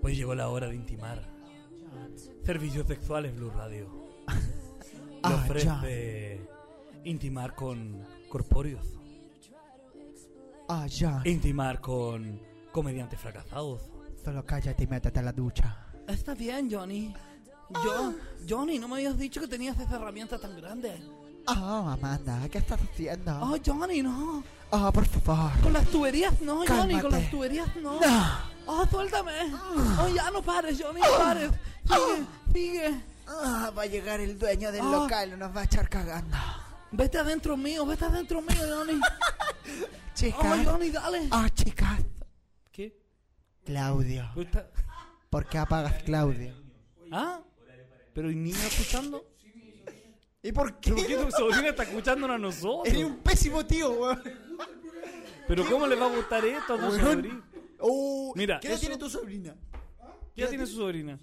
A: Pues llegó la hora de intimar. Servicios sexuales Blue Radio. Le
B: Ah,
A: ofrece intimar con corpóreos.
B: Ah, ya.
A: Intimar con comediantes fracasados.
B: Solo cállate y métete a la ducha.
A: Está bien, Johnny.
E: Ah.
A: Yo, Johnny, no me habías dicho que tenías esa herramienta tan grande.
B: Oh, Amanda, ¿qué estás haciendo?
E: Ah.
A: Oh, Johnny, no.
B: Oh, por favor.
A: Con las tuberías no, Johnny, con
B: Cálmate.
A: las tuberías no.
B: No.
A: Oh, suéltame.
E: Ah.
A: Oh, ya no pares, Johnny, no pares. Sigue, sigue.
B: Ah, va a llegar el dueño del
A: Ah.
B: local, nos va a echar cagando.
P: Vete adentro mío, vete adentro mío, Johnny.
B: Chicas.
P: Oh, Johnny, dale.
B: Ah, chicas.
A: ¿Qué?
B: Claudio. ¿Por qué apagas Claudio?
A: ¿Ah? ¿Pero el niño escuchando?
B: ¿Y por
A: qué? ¿Por qué tu sobrina está escuchándonos a nosotros?
B: Eres un pésimo tío, weón.
A: ¿Pero cómo le va a gustar esto a tu
B: Weón.
A: sobrina?
B: Oh,
A: Mira,
B: ¿Qué edad
A: eso-
B: tiene tu sobrina?
A: ¿Qué edad tiene su sobrina?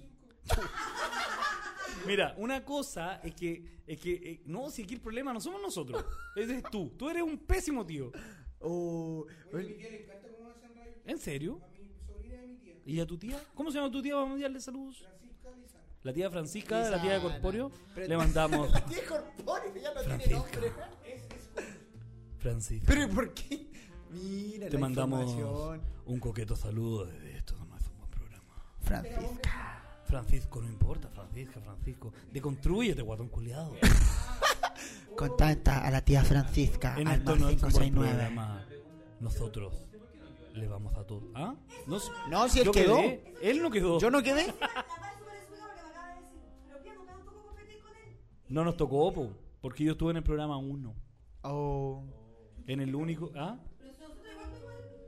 A: Mira, una cosa es que, es que eh, no, si aquí el problema no somos nosotros, ese es tú. Tú eres un pésimo tío.
B: Oh.
A: ¿En serio? ¿Y a tu tía? ¿Cómo se llama tu tía? Vamos a darle saludos. La tía Francisca, la tía de Corpóreo. Le mandamos.
B: La tía de Corpóreo ya no tiene nombre.
A: Francisca.
B: ¿Pero por qué? Mira,
A: Te
B: la
A: mandamos
B: información.
A: un coqueto saludo desde esto, nomás fue un buen programa.
B: Francisca.
A: Francisco, no importa, Francisca, Francisco. Deconstrúyete, guatón
B: Eh,
A: culiado.
B: Contacta a la tía Francisca
A: En
B: al
A: esto
B: más
A: no es un buen
B: 569.
A: programa. Nosotros le vamos a todo. ¿Ah? No, s-
B: No, si él
A: yo
B: quedó.
A: quedé. Él no quedó.
B: Yo no quedé.
A: No nos tocó, po, porque yo estuve en el programa 1.
B: Oh.
A: En el único. ¿Ah?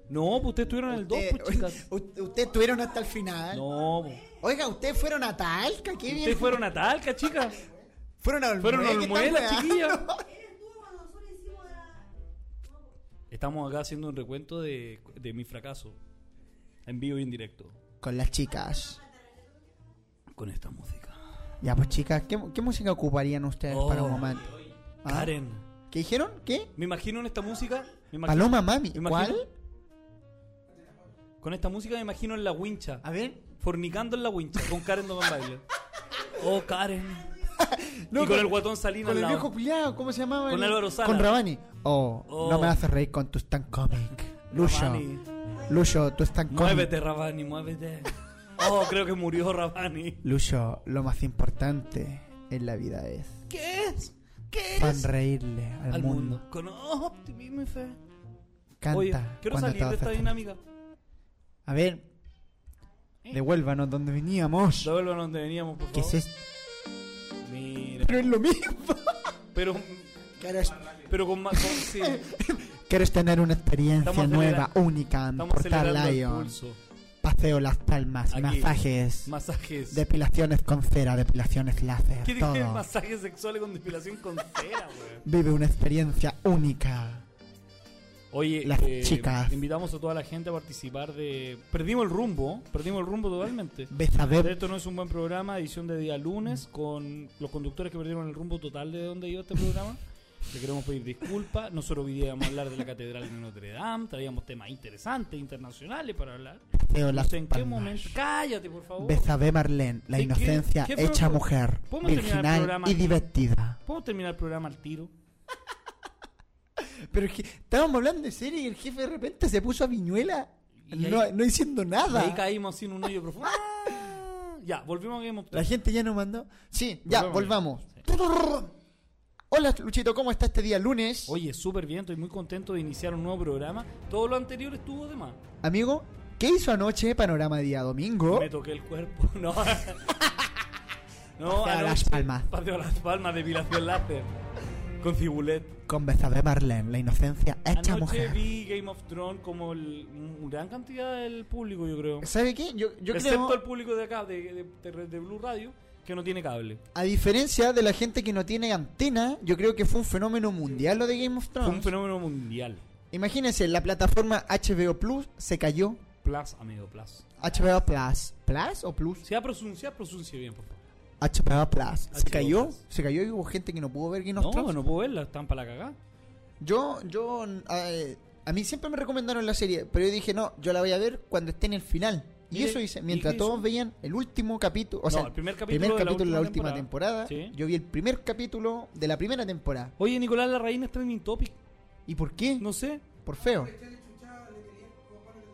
A: No, pues ustedes estuvieron en el 2,
B: Usted-
A: pues chicas.
B: eh, u- Ustedes estuvieron hasta el final.
A: No, po.
B: Oiga, ustedes fueron a Talca, qué bien.
A: Ustedes fueron a Talca, chicas.
B: Fueron a
A: Fueron a
B: Olmué, ¿qué
A: Olmué,
B: tal,
A: las
B: weá?
A: chiquillas. Estamos acá haciendo un recuento de, de mi fracaso. En vivo y en directo.
B: Con las chicas.
A: Con esta música.
B: Ya, pues chicas, ¿qué, qué música ocuparían ustedes
A: Oh.
B: para un momento? Ah.
A: Karen.
B: ¿Qué dijeron? ¿Qué?
A: Me imagino en esta música. me imagino-
B: Paloma Mami.
A: me imagino-
B: ¿Cuál?
A: Con esta música me imagino en la wincha.
B: A ver.
A: Fornicando en la wincha con Karen Don Baile. Oh, Karen.
B: No,
A: y con,
B: con-
A: el guatón Salinas al
B: Con el
A: lado.
B: viejo culiao, ¿cómo se llamaba?
A: Con
B: el-
A: Álvaro Sala.
B: Con Rabani. Oh,
A: Oh.
B: no me haces reír con tu stand comic. Lucho.
A: Rabani.
B: Lucho, tu stand comic.
A: Muévete, Rabani, muévete. Oh, creo que murió Rabani.
B: Lucho, lo más importante en la vida es
A: ¿Qué es? ¿Qué
B: pan
A: es?
B: reírle al,
A: Al
B: mundo.
A: mundo. Con oh, optimismo y fe.
B: Canta.
A: Oye, quiero
B: cuando
A: salir de
B: todos
A: esta
B: festejan.
A: dinámica. Eh.
B: A ver. Devuélvanos donde veníamos.
A: Devuélvanos donde veníamos, por
B: ¿Qué
A: favor.
B: es esto?
A: Mira.
B: Pero es lo mismo.
A: Pero, pero con más. con- sí.
B: ¿Quieres tener una experiencia
A: Estamos
B: nueva,
A: acelerando-
B: única en
A: Estamos
B: Portal
A: acelerando el
B: Lion?
A: pulso.
B: Paseo Las Palmas,
A: Aquí.
B: masajes,
A: Masajes.
B: depilaciones con cera, depilaciones láser,
A: ¿Qué dije?
B: todo.
A: Masajes sexuales con depilación con cera, güey.
B: Vive una experiencia única.
A: Oye,
B: Las
A: eh,
B: chicas.
A: invitamos a toda la gente a participar de... Perdimos el rumbo, perdimos el rumbo totalmente.
B: Besabeb.
A: Esto no es un buen programa, edición de día lunes, con los conductores que perdieron el rumbo total de donde iba este programa. Le queremos pedir disculpas. Nosotros hoy día vamos a hablar de la Catedral de Notre Dame, traíamos temas interesantes, internacionales para hablar.
B: Paseo
A: No
B: Las
A: sé en qué
B: Palmas.
A: momento... Cállate, por favor.
B: Besabé Marlene, la
A: ¿En qué-
B: inocencia
A: qué
B: hecha
A: pro-
B: mujer,
A: ¿Podemos terminar el
B: virginal
A: programa
B: y
A: aquí?
B: divertida.
A: ¿Podemos terminar el programa al tiro?
B: Pero es que estábamos hablando de serie y el jefe de repente se puso a viñuela,
A: Y ahí-
B: no, no diciendo
A: Y ahí
B: nada.
A: caímos sin un hoyo profundo. Ah, ya, volvimos a Game of
B: La
A: Thrones.
B: gente ya nos mandó. Sí, ya,
A: Volvamos.
B: volvamos. Hola, Luchito, ¿cómo está este día lunes?
A: Oye, súper bien, estoy muy contento de iniciar un nuevo programa. Todo lo anterior estuvo de más.
B: Amigo, ¿qué hizo anoche Panorama Día Domingo?
A: Me toqué el cuerpo. No. no,
B: Paseo a
A: anoche-
B: Las Palmas.
A: Paseo a las palmas, depilación láser. Con cibulet.
B: Con Besabé Marlene, la inocencia hecha
A: Anoche
B: mujer.
A: vi Game of Thrones como el- un- gran cantidad del público, yo creo.
B: ¿Sabe qué? Yo, yo
A: Excepto
B: creo,
A: el público de acá, de, de- de Red- de Blue Radio, que no tiene cable.
B: a diferencia de la gente que no tiene antena, yo creo que fue un fenómeno mundial lo de Game of
A: Fue un
B: Thrones.
A: fenómeno mundial.
B: Imagínense, la plataforma HBO Plus se cayó.
A: Plus, amigo, plus.
B: HBO Plus. ¿Plus o Plus?
A: Se ha pronunciado, pronuncia bien, por favor.
B: HBO Plus.
A: HBO
B: Se cayó.
A: Plus.
B: Se cayó y hubo gente que no pudo ver Game of
A: No,
B: Thrones.
A: no puedo verla, están para la cagada.
B: Yo, yo, eh, a mí siempre me recomendaron la serie, pero yo dije, no, yo la voy a ver cuando esté en el final. Y
A: Mire,
B: eso hice,
A: ¿y
B: mientras
A: qué
B: todos
A: hizo?
B: veían el último capítulo, o
A: No,
B: sea,
A: el primer capítulo
B: primer
A: de la
B: capítulo de la
A: última
B: última temporada,
A: temporada. Sí.
B: yo vi el primer capítulo de la primera temporada.
A: Oye, Nicolás Larraín está en mi topic.
B: ¿Y por qué?
A: No sé.
B: Por feo.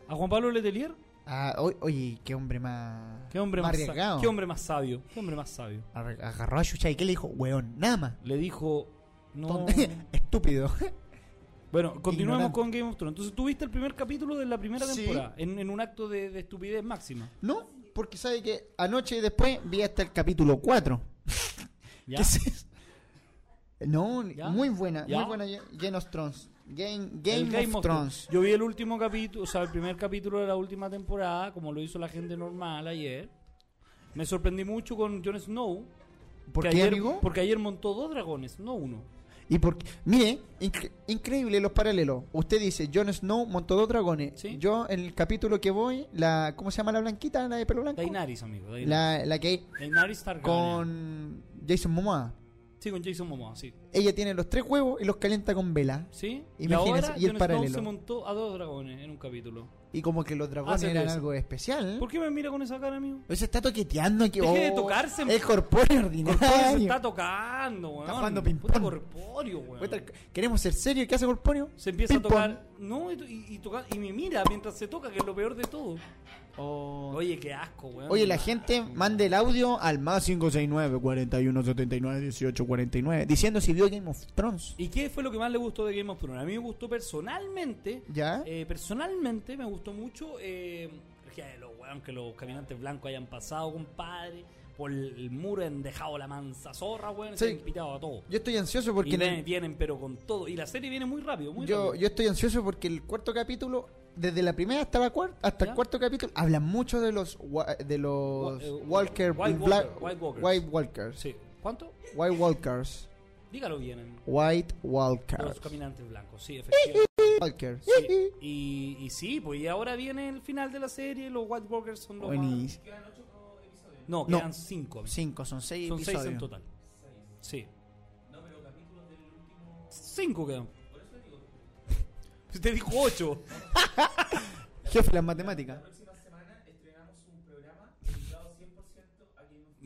A: ¿A Juan Pablo Letelier?
B: Ah, o- oye, qué hombre más,
A: ¿Qué hombre
B: más
A: más, sa-
B: arriesgado.
A: qué hombre más sabio? ¿Qué hombre más sabio?
B: Ar- Agarró a Chucha y ¿qué le dijo? Weón, nada más.
A: Le dijo. No.
B: Ton- Estúpido.
A: Bueno, continuemos
B: Ignorante.
A: con Game of Thrones. Entonces, tuviste el primer capítulo de la primera
B: Sí.
A: temporada en, en un acto de, de estupidez máxima.
B: no, porque sabe que anoche después vi hasta el capítulo 4.
A: ¿Ya?
B: ¿Qué es eso? No, muy buena,
A: ¿Ya?
B: muy buena Ye- Game of Thrones. Game,
A: El
B: Game, of, Thrones.
A: Yo vi el último capítulo, o sea, el primer capítulo de la última temporada, como lo hizo la gente normal ayer. Me sorprendí mucho con Jon Snow.
B: ¿Por
A: que
B: qué,
A: ayer,
B: amigo?
A: Porque ayer montó dos dragones, no uno.
B: Y porque, mire, incre- increíble los paralelos. Usted dice, Jon Snow montó dos dragones. Yo, en el capítulo que voy, la ¿cómo se llama la blanquita, la de pelo blanco?
A: Daenerys, amigo. Daenerys.
B: La, la que
A: Daenerys Targaryen.
B: con Jason Momoa.
A: Sí, con Jason Momoa, sí.
B: Ella tiene los tres huevos y los calienta con vela.
A: ¿Sí?
B: Imagínese,
A: ahora
B: y el
A: Jon Snow se
B: paralelo.
A: montó a dos dragones en un capítulo.
B: Y como que los dragones
A: Hace
B: eran
A: eso.
B: algo especial.
A: Ah, ¿Por qué me mira con esa cara, amigo?
B: Se está toqueteando aquí.
A: Deje de
B: Oh,
A: tocarse.
B: Es corpóreo ordinario.
A: Corpóreo se está tocando, weón.
B: Está jugando
A: Puta
B: ping-pong.
A: corpóreo, weón.
B: Queremos ser serios. ¿Qué hace corpóreo?
A: Se empieza
B: Ping-pong.
A: a tocar. No, y, y- y toca- y me mira mientras se toca, que es lo peor de todo. Oye, qué asco, weón.
B: Oye, la
A: Ah,
B: gente mande el audio al más 569 41 79 18 49 diciendo si vio Game of Thrones.
A: ¿Y qué fue lo que más le gustó de Game of Thrones? A mí me gustó personalmente.
B: ¿Ya?
A: eh, personalmente me gustó mucho. Eh, que los weón, que los caminantes blancos hayan pasado, compadre. Por el muro han dejado la mansa zorra, weón. Se
B: Sí.
A: han pitado a todo.
B: Yo estoy ansioso
A: y
B: porque en el-
A: ven- vienen, pero con todo. Y la serie viene muy rápido, muy
B: yo,
A: rápido.
B: yo estoy ansioso porque el cuarto capítulo desde la primera hasta la cuarta hasta
A: ¿Ya?
B: el cuarto capítulo hablan mucho de los wa- de los
A: Wa- eh,
B: Walker
A: White
B: Black-
A: Walker, White Walkers.
B: White Walkers.
A: ¿Cuánto?
B: White Walkers.
A: Dígalo bien. amigo.
B: White Walkers.
A: Los caminantes blancos, sí, efectivamente.
B: Walkers.
A: Sí, Y, y sí, pues y ahora viene el final de la serie, los White Walkers son los
B: Buenis-
A: más... No,
B: No.
A: quedan cinco. amigo.
B: Cinco, son seis
A: Son seis en
B: episodios.
A: total. Sí. Cinco quedan. Usted dijo ocho.
B: Jefe, las matemáticas.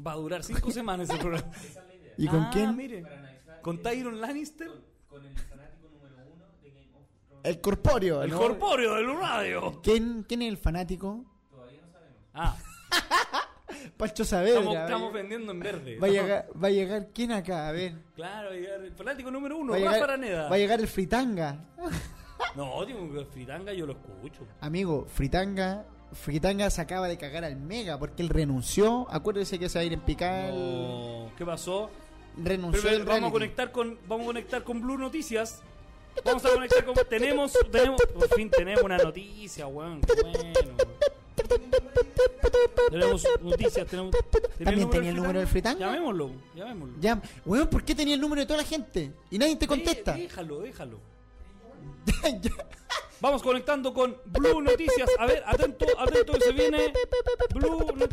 A: Va a durar cinco semanas ese programa.
B: ¿Y con
A: Ah,
B: quién?
A: mire. ¿Con Tyron Lannister?
B: El corpóreo.
A: El
B: Ah, ¿no?
A: corpóreo del radio.
B: ¿Quién, ¿Quién es el fanático?
A: Ah,
B: Pancho
A: estamos,
B: Saavedra.
A: estamos
B: va,
A: vendiendo en verde.
B: eh. va a llegar, va a llegar quién acá, a ver.
A: Claro, va a llegar el fanático número uno,
B: va, a
A: Rafa
B: llegar,
A: Araneda.
B: va a llegar el fritanga.
A: No, digo, Fritanga yo lo escucho.
B: Amigo, fritanga. Fritanga se acaba de cagar al mega porque él renunció. Acuérdese que se va a ir en picar.
A: No, Oh, ¿Qué pasó?
B: Renunció
A: Pero,
B: del
A: pero vamos a
B: reality.
A: conectar con vamos a conectar con Blue Noticias. Vamos a conectar con tenemos tenemos por fin tenemos una noticia, weón. qué Bueno. Tenemos noticias, tenemos
B: También tenía el número del fritanga.
A: Llamémoslo, llamémoslo.
B: Ya, weón, ¿por qué tenía el número de toda la gente? Y nadie te contesta.
A: Eh, déjalo, déjalo. Vamos conectando con Blue Noticias. A ver, atento, atento que se viene. Blue Not-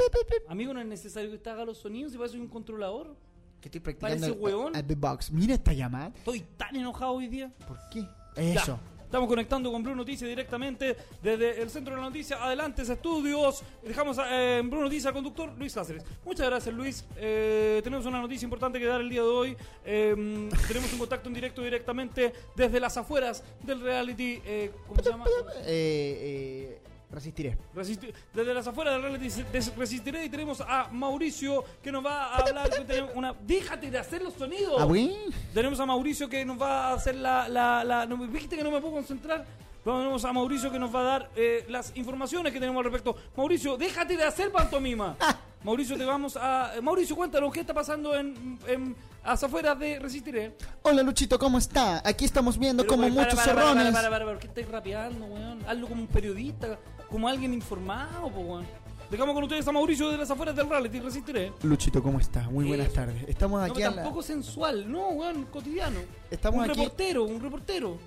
A: Amigo, no es necesario que usted haga los sonidos y parece un controlador.
B: Que estoy practicando
A: Parece
B: el-
A: hueón.
B: al beatbox. Mira esta llamada.
A: Estoy tan enojado hoy día.
B: ¿Por qué? Eso.
A: Ya. Estamos conectando con Blue Noticias directamente desde el centro de la noticia. Adelante, estudios. Dejamos a, eh, en Blue Noticias al conductor Luis Cáceres. Muchas gracias, Luis. Eh, tenemos una noticia importante que dar el día de hoy. Eh, tenemos un contacto en directo directamente desde las afueras del reality. eh, ¿Cómo se llama?
B: Eh, eh, resistiré.
A: Resisti- desde las afueras del reality se- des- resistiré y tenemos a Mauricio que nos va a hablar. que tenemos una... Déjate de hacer los sonidos.
B: ¿Ah, güey?
A: Tenemos a Mauricio que nos va a hacer la... la, la- no, ¿Viste que no me puedo concentrar? Vamos a Mauricio que nos va a dar eh, las informaciones que tenemos al respecto. Mauricio, déjate de hacer pantomima. Mauricio, te vamos a... eh, Mauricio, cuéntanos qué está pasando en, en las afueras de Resistiré.
B: Hola Luchito, ¿cómo está? Aquí estamos viendo como
A: Pero, para,
B: muchos
A: para, para,
B: cerrones.
A: Para, para, para, ¿por qué estáis rapeando, weón? Hazlo como un periodista, como alguien informado, po, weón. Dejamos con ustedes a Mauricio de las afueras del reality, resistiré.
B: Luchito, ¿cómo está? Muy buenas tardes. Estamos
A: No,
B: aquí, a la-
A: tampoco sensual, no, weón, cotidiano.
B: Estamos
A: un
B: aquí-
A: reportero, un reportero.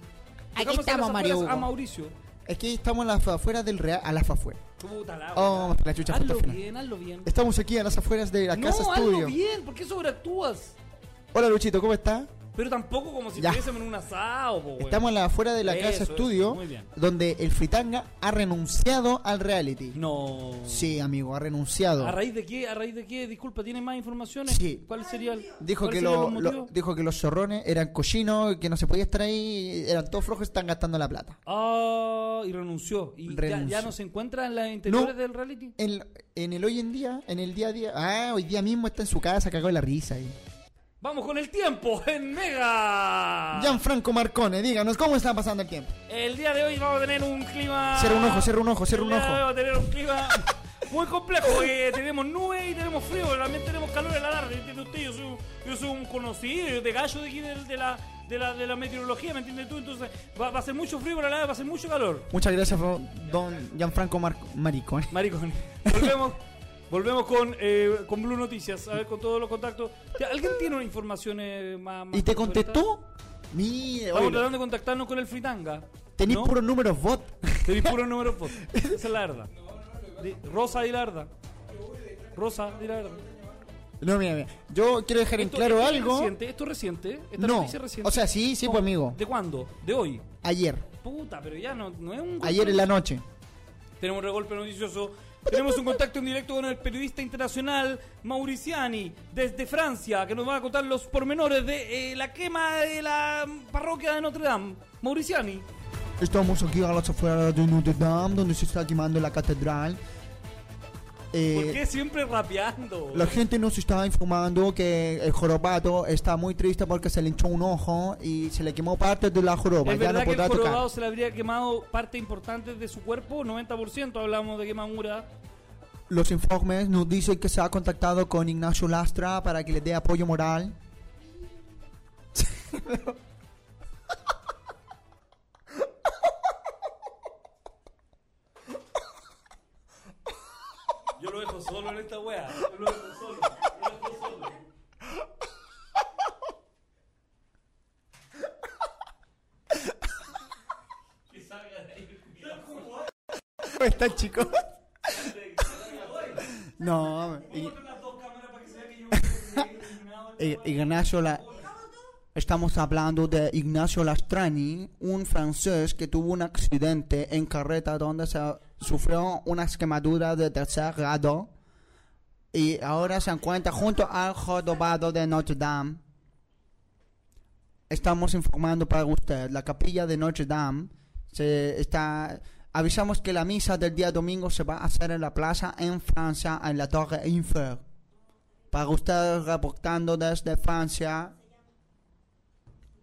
B: Aquí
A: Dejamos a las
B: estamos, Mario
A: afueras
B: Hugo.
A: A Mauricio.
B: aquí estamos a las afueras del Real. A las afueras.
A: Puta la
B: Oh,
A: weá.
B: la chucha justo
A: Hazlo
B: al final.
A: bien, hazlo bien.
B: Estamos aquí a las afueras de la
A: no,
B: casa
A: hazlo
B: estudio.
A: bien, ¿por qué sobreactúas?
B: Hola Luchito, ¿cómo está?
A: Pero tampoco como si
B: Ya.
A: estuviésemos en un asado, po, weón.
B: Estamos a las afueras de la
A: Eso,
B: casa
A: eso,
B: estudio
A: muy bien.
B: donde el fritanga ha renunciado al reality.
A: No.
B: Sí, amigo, ha renunciado.
A: ¿A raíz de qué? ¿A raíz de qué? Disculpa, ¿tiene más informaciones?
B: Sí.
A: ¿Cuál sería el,
B: Dijo
A: cuál
B: que,
A: serían
B: lo-
A: los
B: lo-
A: motivos?
B: dijo que los zorrones eran cochinos, que no se podía estar ahí, eran todos flojos, están gastando la plata.
A: Ah, y renunció. ¿Y ya-
B: Renunció.
A: Ya, no se encuentra en las interiores
B: No.
A: del reality?
B: En, en el hoy en día, en el día a día. Ah, hoy día mismo está en su casa, cagado de la risa. ahí.
A: Vamos con el tiempo en Mega.
B: Gianfranco Marcone, díganos cómo está pasando el tiempo.
A: El día de hoy vamos a tener un clima.
B: Cierra un ojo, cierra un ojo, cierra
A: El
B: un
A: día de hoy
B: ojo.
A: vamos a tener un clima. muy complejo. porque tenemos nubes y tenemos frío, pero también tenemos calor en la tarde. ¿Entiende usted? Yo soy, yo soy un conocido, yo te gallo de aquí del- de, la, de, la, de la meteorología, ¿me entiendes tú? Entonces va, va a ser mucho frío, pero a la vez va a ser mucho calor.
B: Muchas gracias, don Gianfranco Mar Maricón.
A: Maricón. Volvemos, volvemos con, eh, con Blue Noticias, a ver, con todos los contactos. ¿Alguien tiene una información eh, más, más
B: ¿Y te
A: concreta?
B: contestó? Mire,
A: Estamos
B: oye,
A: tratando de contactarnos con el Fritanga.
B: tenéis
A: ¿no?
B: puros números bot.
A: Tenéis puros números bot. Esa es la verdad. Di- Rosa di Larda. Rosa di Larda.
B: No, mira, mira. Yo quiero dejar en
A: Esto-
B: claro
A: esto es
B: algo.
A: Reciente, ¿Esto es reciente? ¿Esta
B: No.
A: noticia es reciente?
B: O sea, sí, sí, pues amigo.
A: ¿De cuándo? ¿De hoy?
B: Ayer.
A: Puta, pero ya no, no es un...
B: Ayer en la noche.
A: Tenemos un regolpe noticioso. Tenemos un contacto en directo con el periodista internacional Mauriciani, desde Francia, que nos va a contar los pormenores de eh, la quema de la parroquia de Notre Dame. Mauriciani.
B: Estamos aquí a las afueras de Notre Dame, donde se está quemando la catedral. Eh,
A: ¿Por qué siempre rapeando?
B: La gente nos está informando que el jorobado está muy triste porque se le hinchó un ojo y se le quemó parte de la joroba.
A: Es
B: ya
A: verdad
B: no
A: que el
B: podrá
A: jorobado
B: tocar.
A: se le habría quemado parte importante de su cuerpo, 90% hablamos de quemadura.
B: Los informes nos dicen que se ha contactado con Ignacio Lastra para que le dé apoyo moral.
A: Yo lo dejo solo en esta wea. Yo lo dejo solo. Yo lo dejo solo. Que salga de ahí.
B: ¿Cómo están, chicos? No, y- I- Eh, Ignacio La- Estamos hablando de Ignacio Lastrani, un francés que tuvo un accidente en carreta donde se sufrió una quemaduras de tercer grado y ahora se encuentra junto al jorobado de Notre Dame. Estamos informando para usted, la capilla de Notre Dame se está avisamos que la misa del día domingo se va a hacer en la plaza en Francia en la Torre Eiffel. Para usted reportando desde Francia.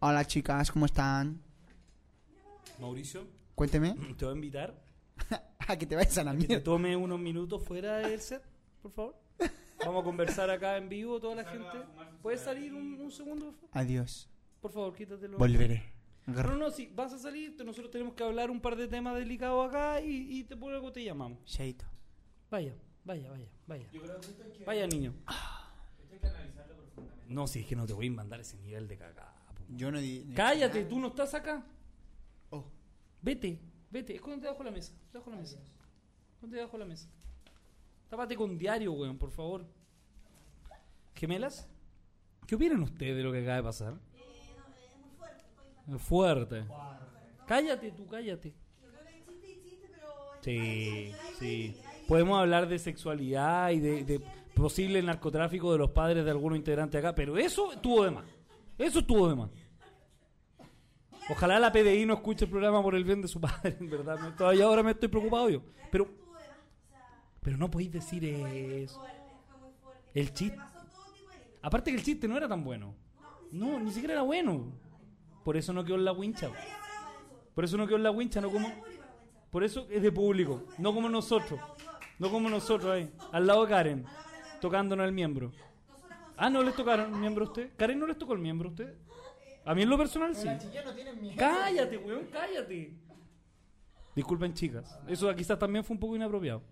B: Hola chicas, ¿cómo están?
A: Mauricio,
B: Cuénteme.
A: te voy a invitar
B: a que te vayas a la
A: que te
B: mierda.
A: tome unos minutos fuera del set, por favor. Vamos a conversar acá en vivo, toda la gente. ¿Puedes salir un, un segundo, por favor?
B: Adiós.
A: Por favor, quítatelo.
B: Volveré.
A: No, no, si vas a salir, te- nosotros tenemos que hablar un par de temas delicados acá y, y te, por algo te llamamos.
B: Cheito.
A: Vaya, vaya, vaya, vaya. Vaya, niño. No, si es que no te voy a mandar ese nivel de cagada.
B: Yo no di.
A: Cállate, tú no estás acá. Vete, vete, escóndete debajo de la mesa. Debajo de la mesa. Escóndete debajo de la mesa. Tápate con diario, weón, por favor. ¿Gemelas? ¿Qué opinan ustedes de lo que acaba de pasar? Es fuerte. Cállate tú, cállate. Sí, sí. Podemos hablar de sexualidad y de, de posible narcotráfico de los padres de algunos integrantes acá, pero eso estuvo de más. Eso estuvo de más. Ojalá la PDI no escuche el programa por el bien de su padre, en verdad. Me- Todavía ahora me estoy preocupado yo. Pero, pero no podéis decir eso. El chiste. Aparte que el chiste no era tan bueno. No, ni siquiera era bueno. Por eso no quedó en la wincha. Por eso no quedó en la wincha, no como. Por eso es de público, no como nosotros. No como nosotros ahí, al lado de Karen, tocándonos el miembro. Ah, no les tocaron el miembro a usted. Karen no les tocó el miembro a usted. A mí en lo personal sí. Cállate, weón, cállate. Disculpen, chicas. Eso quizás también fue un poco inapropiado.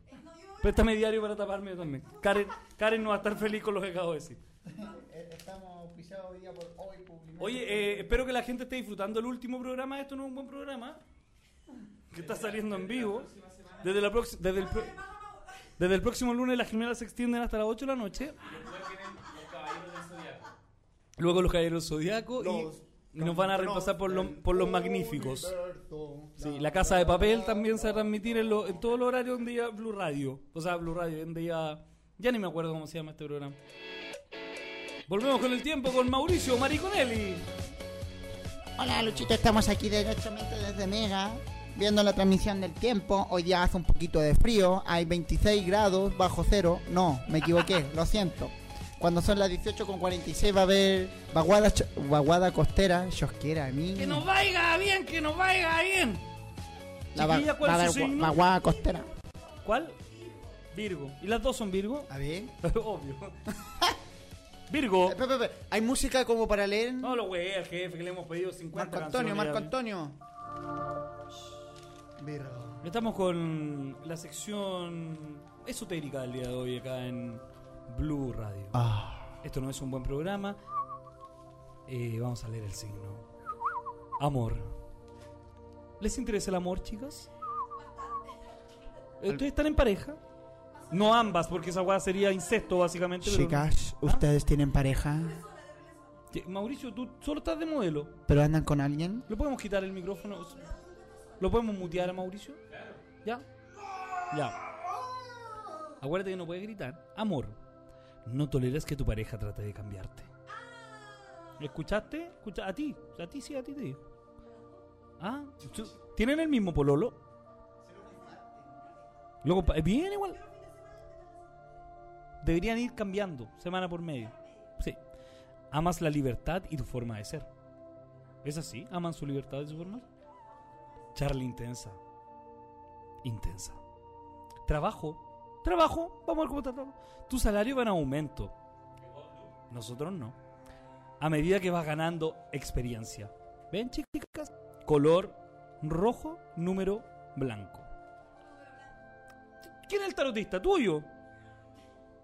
A: Préstame diario para taparme también. Karen, Karen no va a estar feliz con lo que acabo de decir.
B: Estamos auspiciados hoy día por hoy Publimetro.
A: Oye, eh, espero que la gente esté disfrutando el último programa. Esto no es un buen programa. Que está saliendo en vivo. Desde, la proxi- desde, el, pro- desde el próximo lunes las gemelas se extienden hasta las 8 de la noche. Luego los caballeros zodiacos y nos van a reemplazar por, los- por los magníficos. Sí, la casa de papel también se va a transmitir en, lo- en todos los horarios en día Blue Radio. O sea, Blue Radio, en día. Ya ni me acuerdo cómo se llama este programa. Volvemos con el tiempo con Mauricio Mariconelli.
Q: Hola Luchito, estamos aquí directamente desde Mega, viendo la transmisión del tiempo. Hoy día hace un poquito de frío, hay 26 grados bajo cero. No, me equivoqué, lo siento. Cuando son las 18.46 va a haber vaguada, cho- vaguada costera, chosquera, a mí.
E: Que nos vaya bien, que nos vaya bien.
Q: La va-
E: Chiquilla,
Q: va a
E: ¿cuál es
Q: haber
E: su
Q: gua-
E: signo?
Q: vaguada costera.
A: ¿Cuál? Virgo. ¿Y las dos son Virgo?
B: A ver.
A: Obvio. Virgo.
B: ¿Hay música como para leer?
A: Oh. No lo güey, al jefe que le hemos pedido 50
B: Marco Antonio,
A: canciones
B: Marco
A: ya.
B: Antonio. Virgo.
A: Estamos con la sección esotérica del día de hoy acá en Blue Radio. Esto no es un buen programa. Eh, vamos a leer el signo. Amor. ¿Les interesa el amor, chicas? ¿Ustedes están en pareja? No ambas, porque esa weá sería incesto, básicamente. pero-
B: Chicas,
A: ¿Ah?
B: ¿ustedes tienen pareja?
A: Che, Mauricio, tú solo estás de modelo.
B: ¿Pero andan con alguien?
A: ¿Le podemos quitar el micrófono? ¿Lo podemos mutear a Mauricio? ¿Ya? Ya. Acuérdate que no puede gritar. Amor, no toleras que tu pareja trate de cambiarte. ¿Escuchaste? Escucha- a ti. A ti sí, a ti te digo. Ah, tú- ¿tienen el mismo pololo? Luego, pa- bien igual. Deberían ir cambiando semana por medio. Sí. Amas la libertad y tu forma de ser. ¿Es así? ¿Aman su libertad y su forma? Charla intensa. Intensa. Trabajo. Trabajo. Vamos a ver cómo está el trabajo. Tu salario va en aumento. Nosotros no. A medida que vas ganando experiencia. ¿Ven, chicas? Color rojo, número blanco. ¿Quién es el tarotista? ¿Tuyo?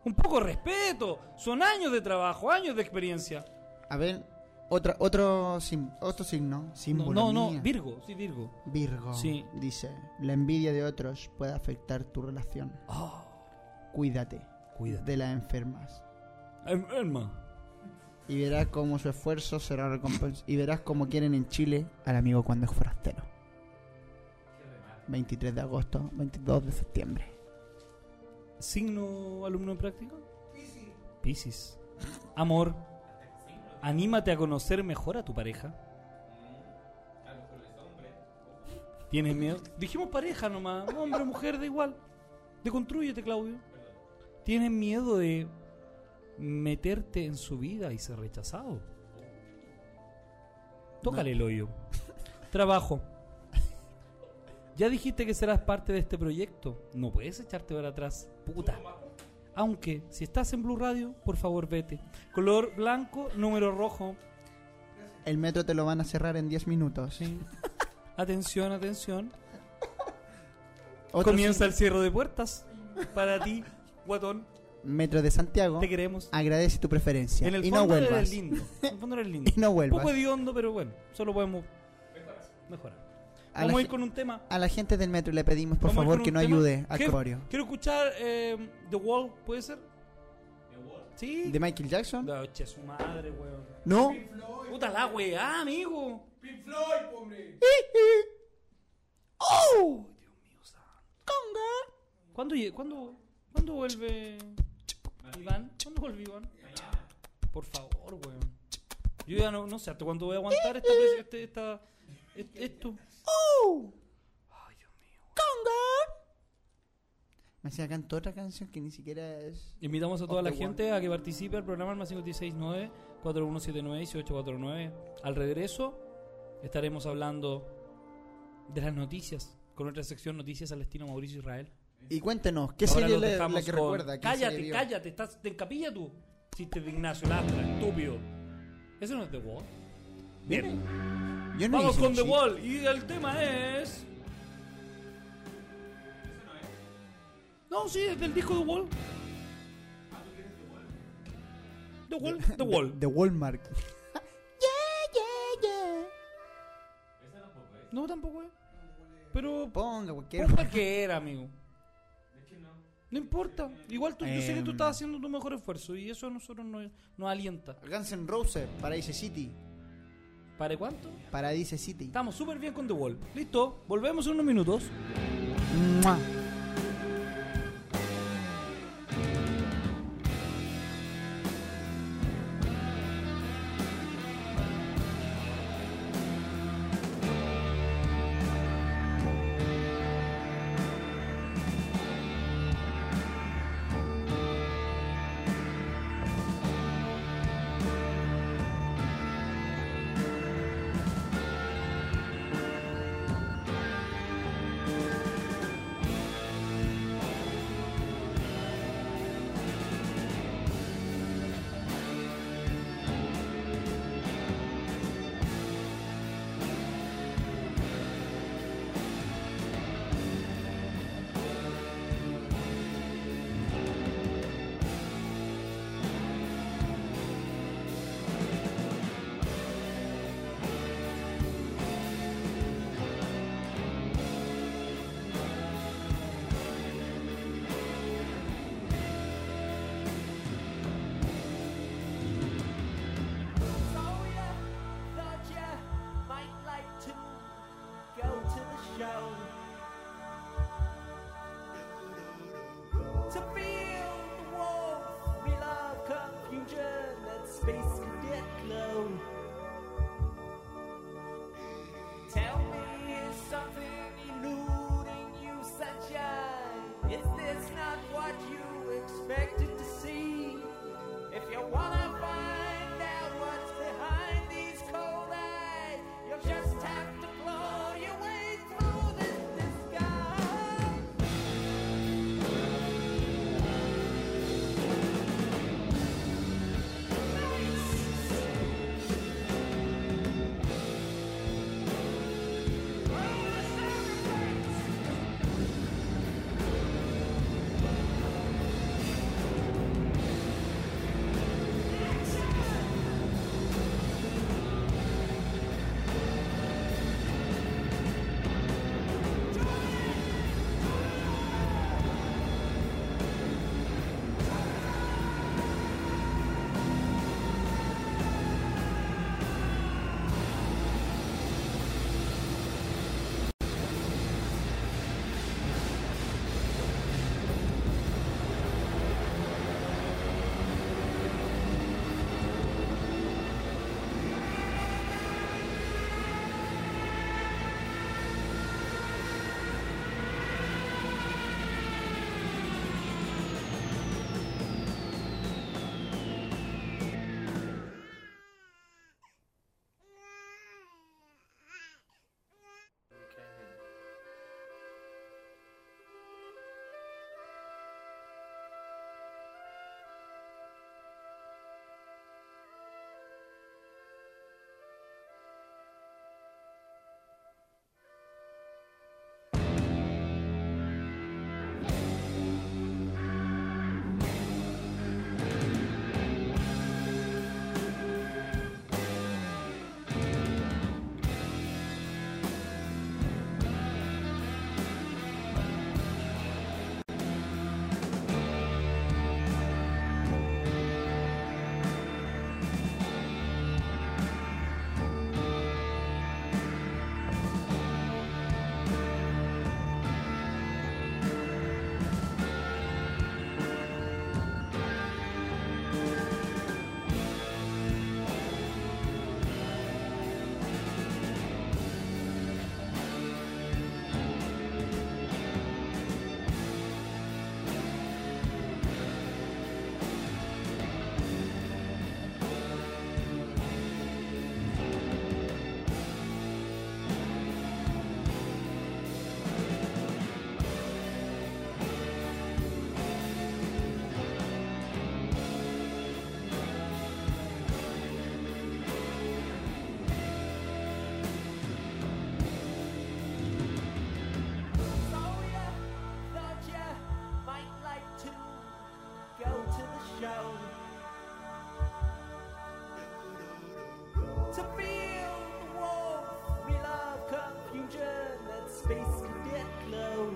A: Un poco de respeto. Son años de trabajo, años de experiencia.
B: A ver, otra, otro, sim- otro signo. Símbolo
A: No, no,
B: mía.
A: Virgo, sí, Virgo.
B: Virgo.
A: Sí.
B: Dice, la envidia de otros puede afectar tu relación.
A: Ah.
B: Cuídate.
A: Cuídate.
B: De las enfermas.
A: Em, Enferma.
B: Y verás cómo su esfuerzo será recompensado. Y verás cómo quieren en Chile al amigo cuando es forastero. 23 de agosto, 22 de septiembre.
A: ¿Signo alumno en práctica? Piscis. Amor, anímate a conocer mejor a tu pareja. ¿Tienes miedo? Dijimos pareja nomás, hombre, mujer, da igual. Deconstrúyete, Claudio. ¿Tienes miedo de meterte en su vida y ser rechazado? Tócale el hoyo. Trabajo. Ya dijiste que serás parte de este proyecto. No puedes echarte para atrás. Puta. Aunque, si estás en Blue Radio, por favor vete. Color blanco, número rojo.
B: El metro te lo van a cerrar en 10 minutos.
A: Atención, atención.
B: Otro
A: Comienza
B: signo.
A: el cierre de puertas. Para ti, guatón.
B: Metro de Santiago.
A: Te queremos.
B: Agradece tu preferencia.
A: En el
B: y no
A: fondo
B: vuelvas.
A: eres lindo. En el fondo eres lindo.
B: Y no
A: Un poco
B: vuelvas.
A: hediondo, pero bueno. Solo podemos mejorar.
B: A
A: Vamos
B: la
A: a ir
B: ge-
A: con un tema.
B: A la gente del metro le pedimos por
A: Vamos a ir
B: favor
A: con
B: que
A: un
B: no
A: tema.
B: ayude a
A: Quiero-
B: Corio.
A: Quiero escuchar eh, The Wall, ¿puede ser? Sí.
B: ¿De Michael Jackson?
A: La oche, su madre, weón.
B: No.
A: Puta la weá, amigo.
R: Pink Floyd, hombre.
A: ¡Oh! Dios mío, santo. ¿Cuándo, lle- cuándo, cuándo vuelve Iván? ¿Cuándo vuelve Iván? Por favor, weón. Yo ya no, no sé hasta cuándo voy a aguantar esta, presi- este- esta- est- esto.
B: ¡Oh! ¡Conga! Me hacía cantar otra canción que ni siquiera es.
A: Invitamos a toda
B: Of
A: la
B: the
A: gente a que participe al programa al más 569 4179 1849. Al regreso estaremos hablando de las noticias con nuestra sección Noticias al estilo Mauricio Israel.
B: Y cuéntenos, ¿qué
A: Ahora
B: serie
A: los
B: le- la,
A: dejamos
B: que
A: con-
B: recuerda? ¿Qué
A: cállate,
B: serie vio?
A: cállate, estás en capilla tú. Chiste de Ignacio Lastra, estúpido. Eso no es The Wall. Bien.
B: Yo no
A: Vamos
B: hice
A: con
B: un
A: The
B: chiste.
A: Wall y el tema es. No, sí, es del disco The Wall. The Wall, The Wall.
B: The Walmart.
A: No, tampoco es. Pero
B: ponga cualquier.
A: Pon cualquiera, amigo. No importa. Igual tú, yo sé que tú
B: Em.
A: estás haciendo tu mejor esfuerzo y eso a nosotros nos, nos alienta.
B: Guns N' Roses, Paradise City.
A: ¿Para cuánto?
B: Paradise City.
A: Estamos súper bien con The Wall. Listo, volvemos en unos minutos.
B: Mua.
R: Yo
E: To feel the warmth, we love confusion, that space can get low.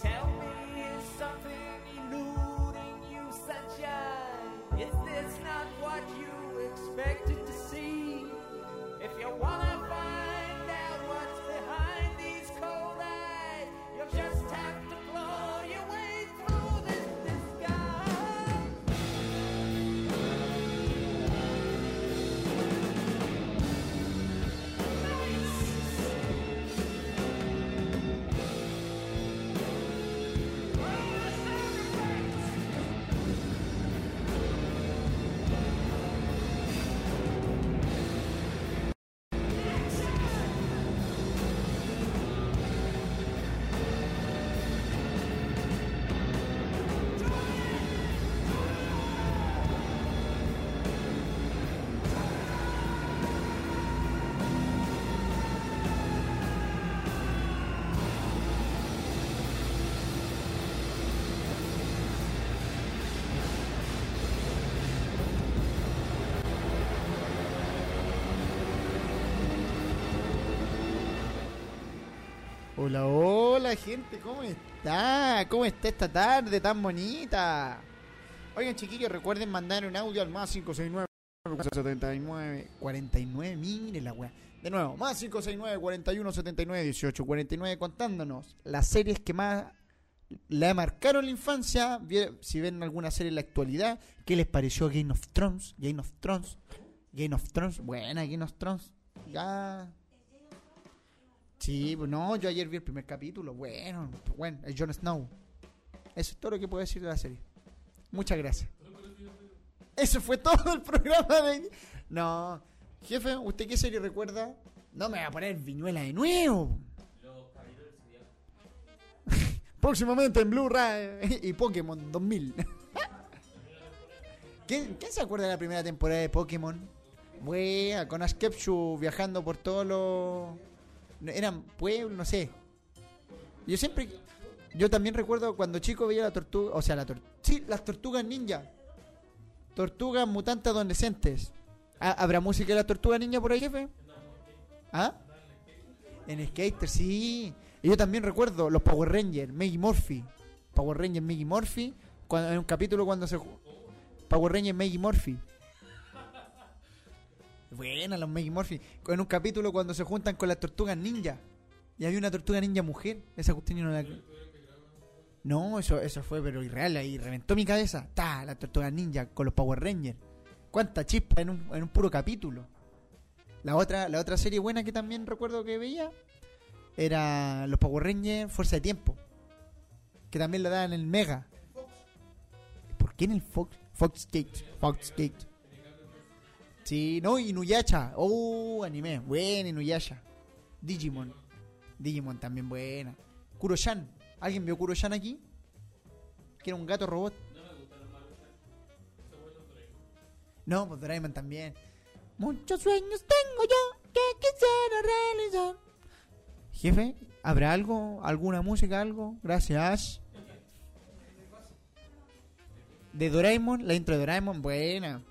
E: Tell me, is something eluding you, sunshine? Is this not what you expected to see? If you wanna find out what's behind these cold eyes, you'll just have to blow your way through this disguise.
B: Hola, hola gente, ¿cómo está? ¿Cómo está esta tarde tan bonita? Oigan chiquillos, recuerden mandar un audio al más 569 79 49, miren la weá. De nuevo, más 569 41 79 18 49 contándonos las series que más la marcaron la infancia, vi- si ven alguna serie en la actualidad, ¿qué les pareció Game of Thrones? Game of Thrones. Game of Thrones, buena Game of Thrones. Ya Sí, pues no, yo ayer vi el primer capítulo. Bueno, bueno, el Jon Snow. Eso es todo lo que puedo decir de la serie. Muchas gracias. Eso fue todo el programa de... No. Jefe, ¿usted qué serie recuerda? No me va a poner viñuela de nuevo. Próximamente en Blu-ray y Pokémon 2000. ¿Quién, quién se acuerda de la primera temporada de Pokémon? Buena, con Ash Ketchum viajando por todos los... No, eran pueblos, no sé. Yo siempre. Yo también recuerdo cuando chico veía la tortuga. O sea, la tortuga. Sí, las tortugas ninja. Tortugas mutantes adolescentes. Ah, ¿Habrá música de la tortuga ninja por ahí, jefe? ¿Ah? En Skater, sí. Y yo también recuerdo los Power Rangers, Maggie Murphy. Power Rangers, Maggie Murphy. Cuando, en un capítulo cuando se. ju- Power Rangers, Maggie Murphy. Buena los Maggie Murphy. En un capítulo cuando se juntan con las tortugas ninja. Y había una tortuga ninja mujer. Esa cuestión yo no la. No, eso, eso fue pero irreal. Ahí reventó mi cabeza. Ta, la tortuga ninja con los Power Rangers. Cuánta chispa en un, en un puro capítulo. La otra, la otra serie buena que también recuerdo que veía era los Power Rangers Fuerza de Tiempo. Que también la daban en el Mega. ¿Por qué en el Fox? Fox Kids. Fox Kids. Sí, no, Inuyasha. Oh, anime. Buena Inuyasha. Digimon. Digimon también buena. Kuroshan. ¿Alguien vio Kuroshan aquí? Que era un gato robot. No, pues Doraemon también. Muchos sueños tengo yo que quisiera realizar. Jefe, ¿habrá algo? ¿Alguna música? ¿Algo? Gracias. De Doraemon, la intro de Doraemon, buena.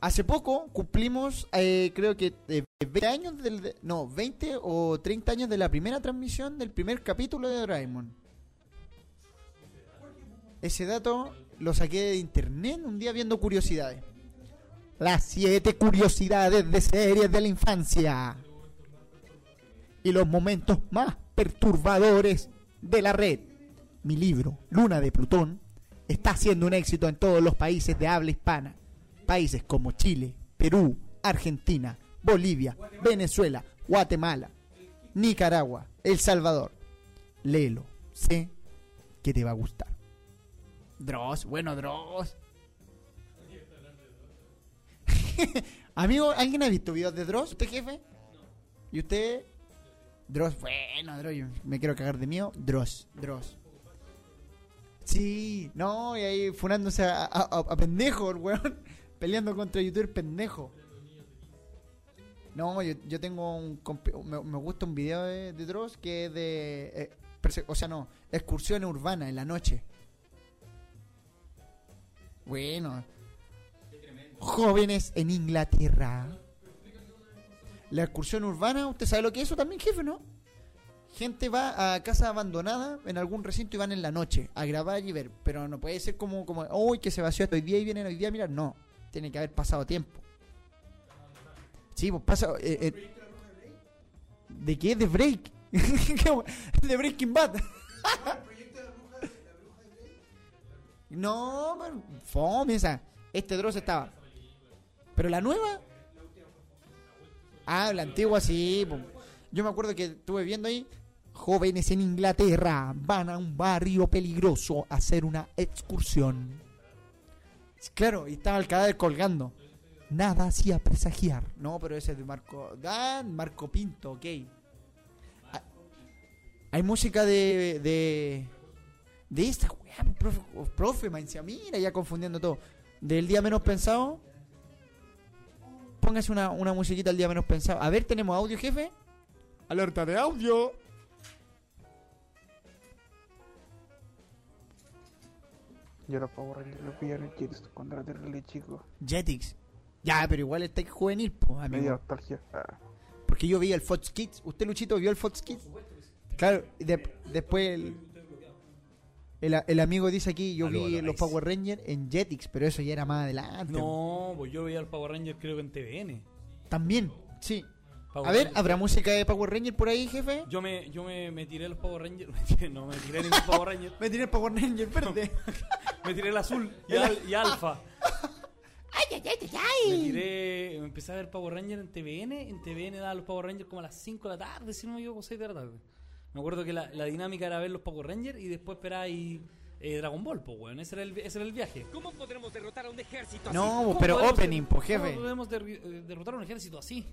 B: Hace poco cumplimos, eh, creo que eh, 20 años, del, de- no, 20 o 30 años de la primera transmisión del primer capítulo de Doraemon. Ese dato lo saqué de internet un día viendo curiosidades. Las 7 curiosidades de series de la infancia. Y los momentos más perturbadores de la red. Mi libro, Luna de Plutón, está siendo un éxito en todos los países de habla hispana países como Chile, Perú, Argentina, Bolivia, Venezuela, Guatemala, Nicaragua, El Salvador. Léelo, sé que te va a gustar. Dross, bueno, Dross. Amigo, ¿alguien ha visto videos de Dross? ¿Usted jefe? ¿Y usted? Dross, bueno, Dross, yo me quiero cagar de mío. Dross, Dross. Sí, no, y ahí funándose a, a- a- a pendejo, el weón. Peleando contra youtuber pendejo. No, yo, yo tengo un. compi- Me, me gusta un video de, de Dross que es de. eh, perse- o sea, no, excursiones urbanas en la noche. Bueno. Jóvenes en Inglaterra. La excursión urbana, ¿usted sabe lo que es eso también, jefe, no? Gente va a casa abandonada en algún recinto y van en la noche a grabar y ver. Pero no puede ser como, como hoy que se vació esto hoy día y vienen hoy día, mira, no. Tiene que haber pasado tiempo. Sí, pues pasa. eh, eh, ¿De qué? ¿De Break? ¿De Breaking Bad? No, man, fome esa. Este Dross estaba. Pero la nueva. Ah, la antigua sí. po. Yo me acuerdo que estuve viendo ahí. Jóvenes en Inglaterra van a un barrio peligroso a hacer una excursión. Claro, y estaba el cadáver colgando. Nada hacía presagiar. No, pero ese es de Marco. Dan, Marco Pinto, ok. Ah, Hay música de. de. de esta weá, pues, profe, profe man, decía, mira, ya confundiendo todo. Del día menos pensado. Póngase una, una musiquita al día menos pensado. A ver, tenemos audio, jefe. Alerta de audio.
D: Yo los puedo Rangers los pillaron quieres contratarle, chico.
B: Jetix. Ya, pero igual está juvenil, pues, amigo.
D: Media nostalgia. Ah.
B: Porque yo veía el Fox Kids. ¿Usted, Luchito, vio el Fox Kids? Claro, y de- después el, el, el amigo dice aquí, yo
A: Aló,
B: vi
A: aló,
B: los
A: ahí sí.
B: Power Rangers en Jetix, pero eso ya era más adelante.
A: No, pues yo veía al Power Ranger creo que en TVN.
B: También, sí.
A: Power
B: a ver,
A: Rangers.
B: ¿habrá música de Power Ranger por ahí, jefe?
A: Yo me, yo me, me tiré los Power Rangers. Me tiré- no, me tiré ningún Power Ranger.
B: Me tiré el Power Ranger verde.
A: me tiré el azul y, al- y alfa.
S: ¡Ay, ay, ay, ay,
A: Me
S: ay!
A: tiré. Me empecé a ver Power Ranger en TVN. En TVN daban los Power Rangers como a las 5 de la tarde, si no me equivoco, 6 de la tarde. Me acuerdo que la, la dinámica era ver los Power Rangers y después esperar ahí eh, Dragon Ball, pues, weón. Ese era el, ese era el viaje. ¿Cómo podremos derrotar a un ejército
B: así? No, pero opening, po, jefe.
A: ¿Cómo podemos derri- eh, derrotar a un ejército así?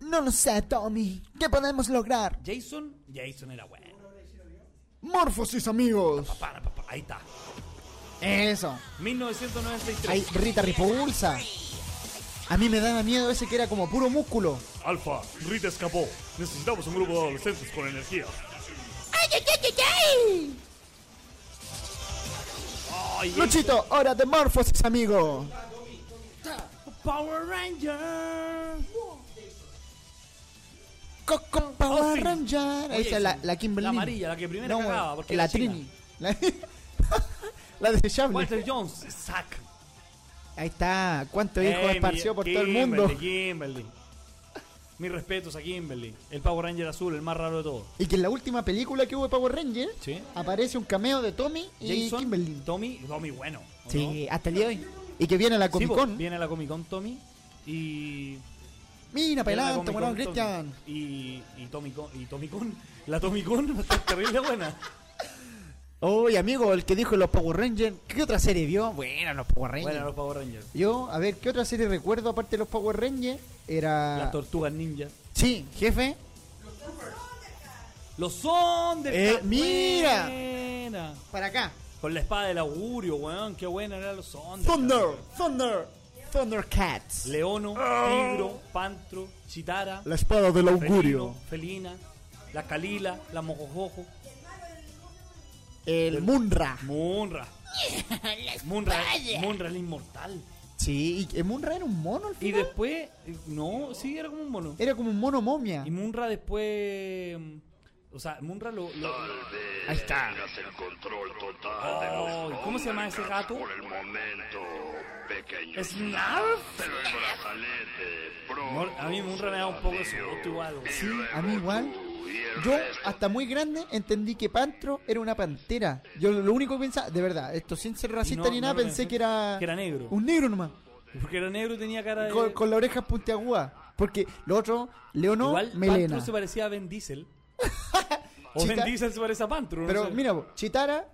B: No lo sé, Tommy. ¿Qué podemos lograr?
A: Jason, Jason era bueno.
B: Morfosis, amigos.
A: Para, papá, ahí está.
B: Eso.
A: 1993.
B: Ay, Rita Repulsa. A mí me daba miedo ese que era como puro músculo.
E: Alfa, Rita escapó. Necesitamos un grupo de adolescentes con energía.
S: ¡Ay, ay, ay, ay, ay!
B: Luchito, hora de Morfosis, amigo.
T: Power Ranger.
B: Con Power
A: Austin.
B: Ranger.
A: Oye,
B: Esa es la, la Kimberly.
A: la amarilla, la que primero
B: No,
A: cagaba, porque
B: La
A: era china.
B: Trini. La, la desechable.
A: Walter Jones, sac.
B: Ahí está. ¿Cuánto hijo
A: Ey,
B: esparció
A: Eh, mi-
B: por todo el
A: Kimberly,
B: mundo?
A: Kimberly. Mis respetos a Kimberly. El Power Ranger azul, el más raro de todos.
B: Y que en la última película que hubo de Power Ranger
A: Sí.
B: aparece un cameo de Tommy y
A: Jason,
B: Kimberly.
A: Tommy, Tommy bueno. ¿o
B: Sí, hasta el día de hoy. Y que viene a la
A: no? Sí, pues,
B: Comic
A: po,
B: Con.
A: viene la Comic Con Tommy y...
B: Mira,
A: viene la
B: pelado,
A: Comic
B: bueno,
A: Con
B: Cristian.
A: Tommy. Y, y Tommy Con, y Tommy Con. La Tommy Con va a estar terrible buena.
B: Oye, amigo, el que dijo los Power Rangers, ¿qué otra serie vio? Bueno, los Power Rangers.
A: Bueno, los Power Rangers.
B: Yo, a ver, ¿qué otra serie recuerdo aparte de los Power Rangers? Era...
A: Las Tortugas Ninja.
B: Sí, jefe.
A: Los Thundercats.
B: Eh, mira.
A: buena.
B: Para acá.
A: Con la espada del augurio, weón. Qué buena eran los Thundercats.
B: Thunder, Thunder, Thundercats.
A: Leono, Tigro, Pantro, Chitara.
B: Ah. La espada del augurio.
A: Felina, Felina, la Calila, la Mojojojo.
B: El Munra.
A: Munra. Munra,
S: Vaya.
A: Munra el inmortal.
B: Sí, y- eh, Munra era un mono al
A: Y
B: final.
A: después, eh, no, sí, era como un mono.
B: Era como un mono momia.
A: Y Munra después. mm, O sea, Munra lo. lo-
B: Ahí está.
U: Tengas el control total
A: Oh,
U: de los
A: ¿Cómo se llama ese
U: Thundercats
A: gato?
U: Por el momento, pequeño.
A: ¿Snarf?
U: Pero el brazalete, bro.
A: Mor- a mí Munra me da un poco de susto igual.
B: Sí, a mí igual. Yo, hasta muy grande, entendí que Pantro era una pantera. Yo lo único que pensaba, de verdad, esto sin ser racista
A: no-
B: ni
A: no
B: nada,
A: lo
B: pensé
A: pensé.
B: que era...
A: Que era negro. Eh,
B: Un negro nomás.
A: Porque era negro y tenía cara de.
B: Con, con las orejas puntiagudas. Porque lo otro, Leonor,
A: igual
B: melena.
A: Pantro se parecía a Ben Diesel. o
B: Chita-
A: Ben Diesel se parece a Pantro. no
B: Pero
A: sé.
B: mira, po, Chitara...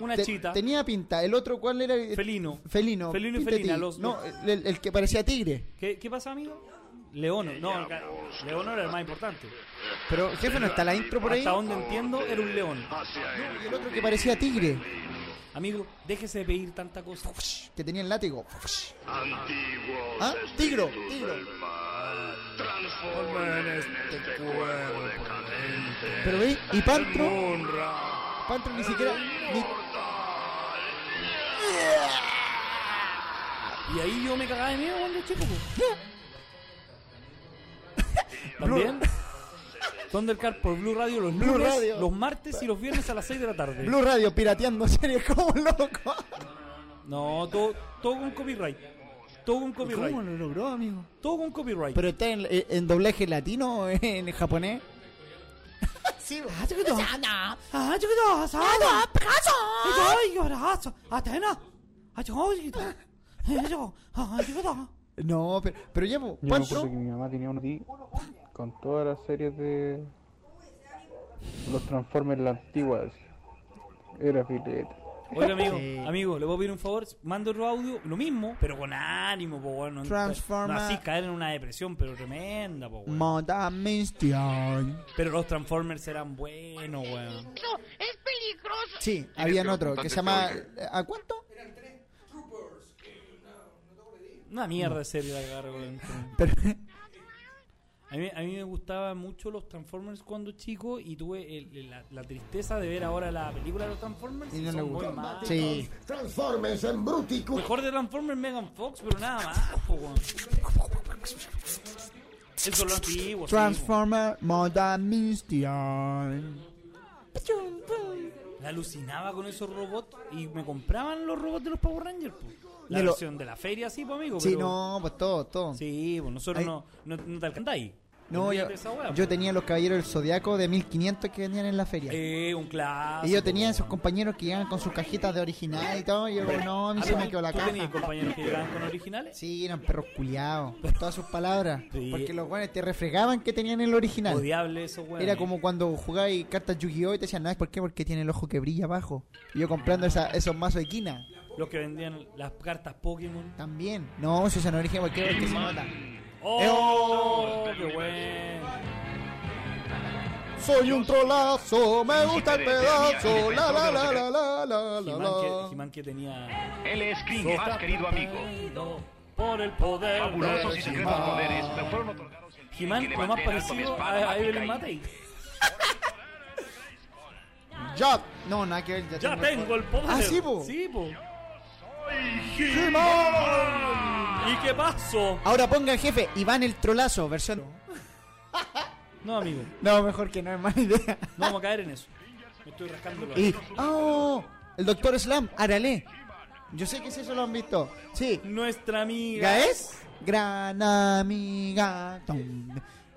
A: Una
B: te-
A: chita.
B: Tenía pinta. El otro, ¿cuál era?
A: Felino.
B: Felino.
A: Felino y
B: pinta
A: felina,
B: tigre.
A: los-
B: No, eh, el, el que parecía tigre.
A: ¿Qué, ¿Qué pasa, amigo? Leono. No, ca- Leono era el más importante.
B: Pero, jefe, ¿no está la intro por ahí?
A: Hasta donde entiendo, era un león.
B: Y el otro que parecía tigre,
A: Amigo, déjese de pedir tanta cosa.
B: que tenía el látigo.
U: Antiguos
B: Ah, tigro, tigro.
U: Transformen este cuerpo decadente.
B: Pero ve, y Pantro,
U: Munra.
B: Pantro ni siquiera. ni-
A: Y ahí yo me cagaba de miedo cuando chico. po. También. Thundercat por Blue Radio los
B: Blue
A: lunes,
B: Radio.
A: los martes y los viernes a las 6 de la tarde.
B: Blue Radio pirateando series como loco.
A: No, todo, todo con copyright. Todo con copyright.
B: ¿Cómo lo logró, amigo?
A: Todo con copyright.
B: ¿Pero está en, eh, en doblaje latino o en japonés?
V: Sí,
B: Ah,
W: 아, 아, 저기다, 사.
V: 나도
W: 아파서. 이거 이거 알아서. 아, 되나?
B: Ah,
W: 아, 저기다. 에, 저거. 아, 저기다.
B: No, pero, pero ya, po,
D: Yo me
B: ¿cuánto?
D: acuerdo que mi mamá tenía un DVD con todas las series de los Transformers las antiguas. Era filete.
A: Oiga, amigo, amigo, le voy a pedir un favor. Mando otro audio, lo mismo, pero con ánimo, po, weón. No,
B: Transforma-
A: no así caer en una depresión, pero tremenda, po, weón.
B: Moda Minstian.
A: Pero los Transformers eran buenos, weón.
B: Sí, habían otro que se llama. ¿A cuánto?
A: Una mierda de serie la cagaron, weón. A mí, a mí me gustaban mucho los Transformers cuando chico y tuve el- el- la, la tristeza de ver ahora la película de los Transformers.
B: Y no
A: son
B: le
A: muy
B: gustó.
A: malos.
B: Sí.
X: Transformers en Brutico.
A: Mejor de Transformers Megan Fox, pero nada más, po, weón. Eso es lo antiguo. Pues sí,
B: Transformer Moda Minstian.
A: La alucinaba con esos robots y me compraban los robots de los Power Rangers. po. La
B: De lo-
A: versión de la feria, sí, pues amigo.
B: Sí,
A: pero-
B: no, pues todo, todo.
A: Sí, pues nosotros
B: Ahí-
A: no, no, no te alcanzáis.
B: No, yo,
A: Olvídate de esa wea,
B: yo
A: po.
B: tenía los caballeros del zodiaco de 1500 que vendían en la feria.
A: Eh, un clásico.
B: y yo tenía
A: po,
B: esos
A: weón.
B: compañeros que llegaban con sus cajitas de original y todo. Y yo, no, a mí
A: Ah,
B: se
A: pero
B: me
A: tú-
B: quedó la
A: ¿Tú
B: caja.
A: tenías compañeros que llegaban con originales?
B: Sí, eran perros culiados, con todas sus palabras.
A: Sí.
B: Porque los buenos te refregaban que tenían el original.
A: Odiable esos weones.
B: Era como cuando jugabais cartas Yu-Gi-Oh! y te decían, no, ¿por qué? Porque tiene el ojo que brilla abajo. Y yo comprando esa- esos mazos de quina.
A: Los que vendían las cartas
B: Eh,
A: Pokémon.
B: También. No, eso es no origen porque porque se nota.
A: ¡Oh! ¡Qué bueno!
X: Soy un trolazo, me gusta el
A: de- de mi-
X: pedazo,
A: mi-
X: la la
A: de-
X: la
A: de-
X: la la
B: oh,
X: la la
A: He-Man que,
X: la.
A: He-Man que tenía.
H: Él es King,
A: Sos
H: más querido amigo.
A: atraído Por el poder.
H: Fabulosos
A: de
H: y secretos
A: He-Man.
H: poderes me fueron otorgados en
A: He-Man,
H: que
A: lo más
H: levanté en alto mi
A: parecido
H: espada
A: a, a
H: mágica
A: Evelyn
H: y-
A: Matei.
B: Ya. No, nada que ver.
A: Ya
B: Ya,
A: tengo el poder.
B: Ah, sí, po.
A: Sí, po.
B: He-Man.
A: ¿Y qué pasó?
B: Ahora ponga el jefe, Iván el trolazo, versión.
A: No, amigo.
B: No, mejor que no es mala idea.
A: No vamos a caer en eso. Me estoy rascando la
B: Y. ¡Oh! El doctor Slam, Arale. Yo sé que ese eso lo han visto. Sí.
A: Nuestra amiga.
B: ¿Gaes? Gran amiga. Tom.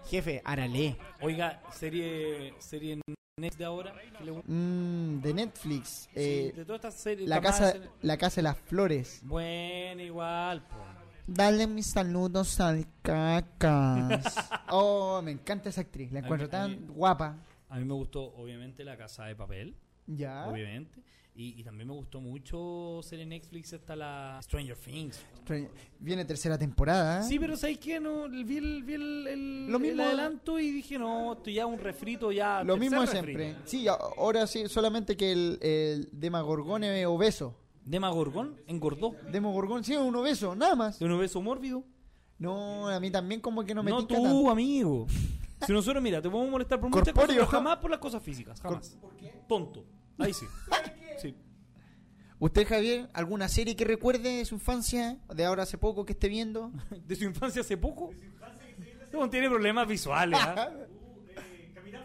B: Jefe, Arale.
A: Oiga, serie, serie Next de ahora. que le gusta?
B: Mm, de Netflix.
A: Sí,
B: Eh,
A: de todas estas series.
B: la,
A: camadas
B: casa,
A: en-
B: la Casa de las Flores.
A: Bueno, igual. po.
B: Dale mis saludos al cacas. oh, me encanta esa actriz. La
A: A mí-
B: encuentro
A: a
B: tan
A: mí-
B: guapa.
A: A mí me gustó, obviamente, La Casa de Papel.
B: Ya.
A: Obviamente. Y, y también me gustó mucho serie Netflix hasta la Stranger Things.
B: Tra- Viene tercera temporada.
A: Sí, pero ¿sabéis qué? No, vi el, vi el, el-
B: Ah. Lo
A: el
B: mismo-
A: adelanto y dije, no, esto ya un refrito ya.
B: Lo
A: tercer
B: mismo de
A: refrito.
B: siempre. Sí, a- ahora sí, solamente que el, el Demagorgón es obeso.
A: Demagorgón engordó.
B: Demogorgón, sí, es un obeso, nada más.
A: De un obeso mórbido.
B: No, a mí también como que no
A: No,
B: me tinca
A: tú,
B: tanto.
A: amigo. Si nosotros, mira, te podemos molestar por muchas cosas,
B: Corpóreo.
A: pero jamás por las cosas físicas. Jamás. Tonto. Ahí sí. sí.
B: ¿Usted, Javier, alguna serie que recuerde de su infancia, de ahora hace poco que esté viendo?
A: De su infancia hace poco. Este weón tiene problemas visuales. ¿ah? Capitán,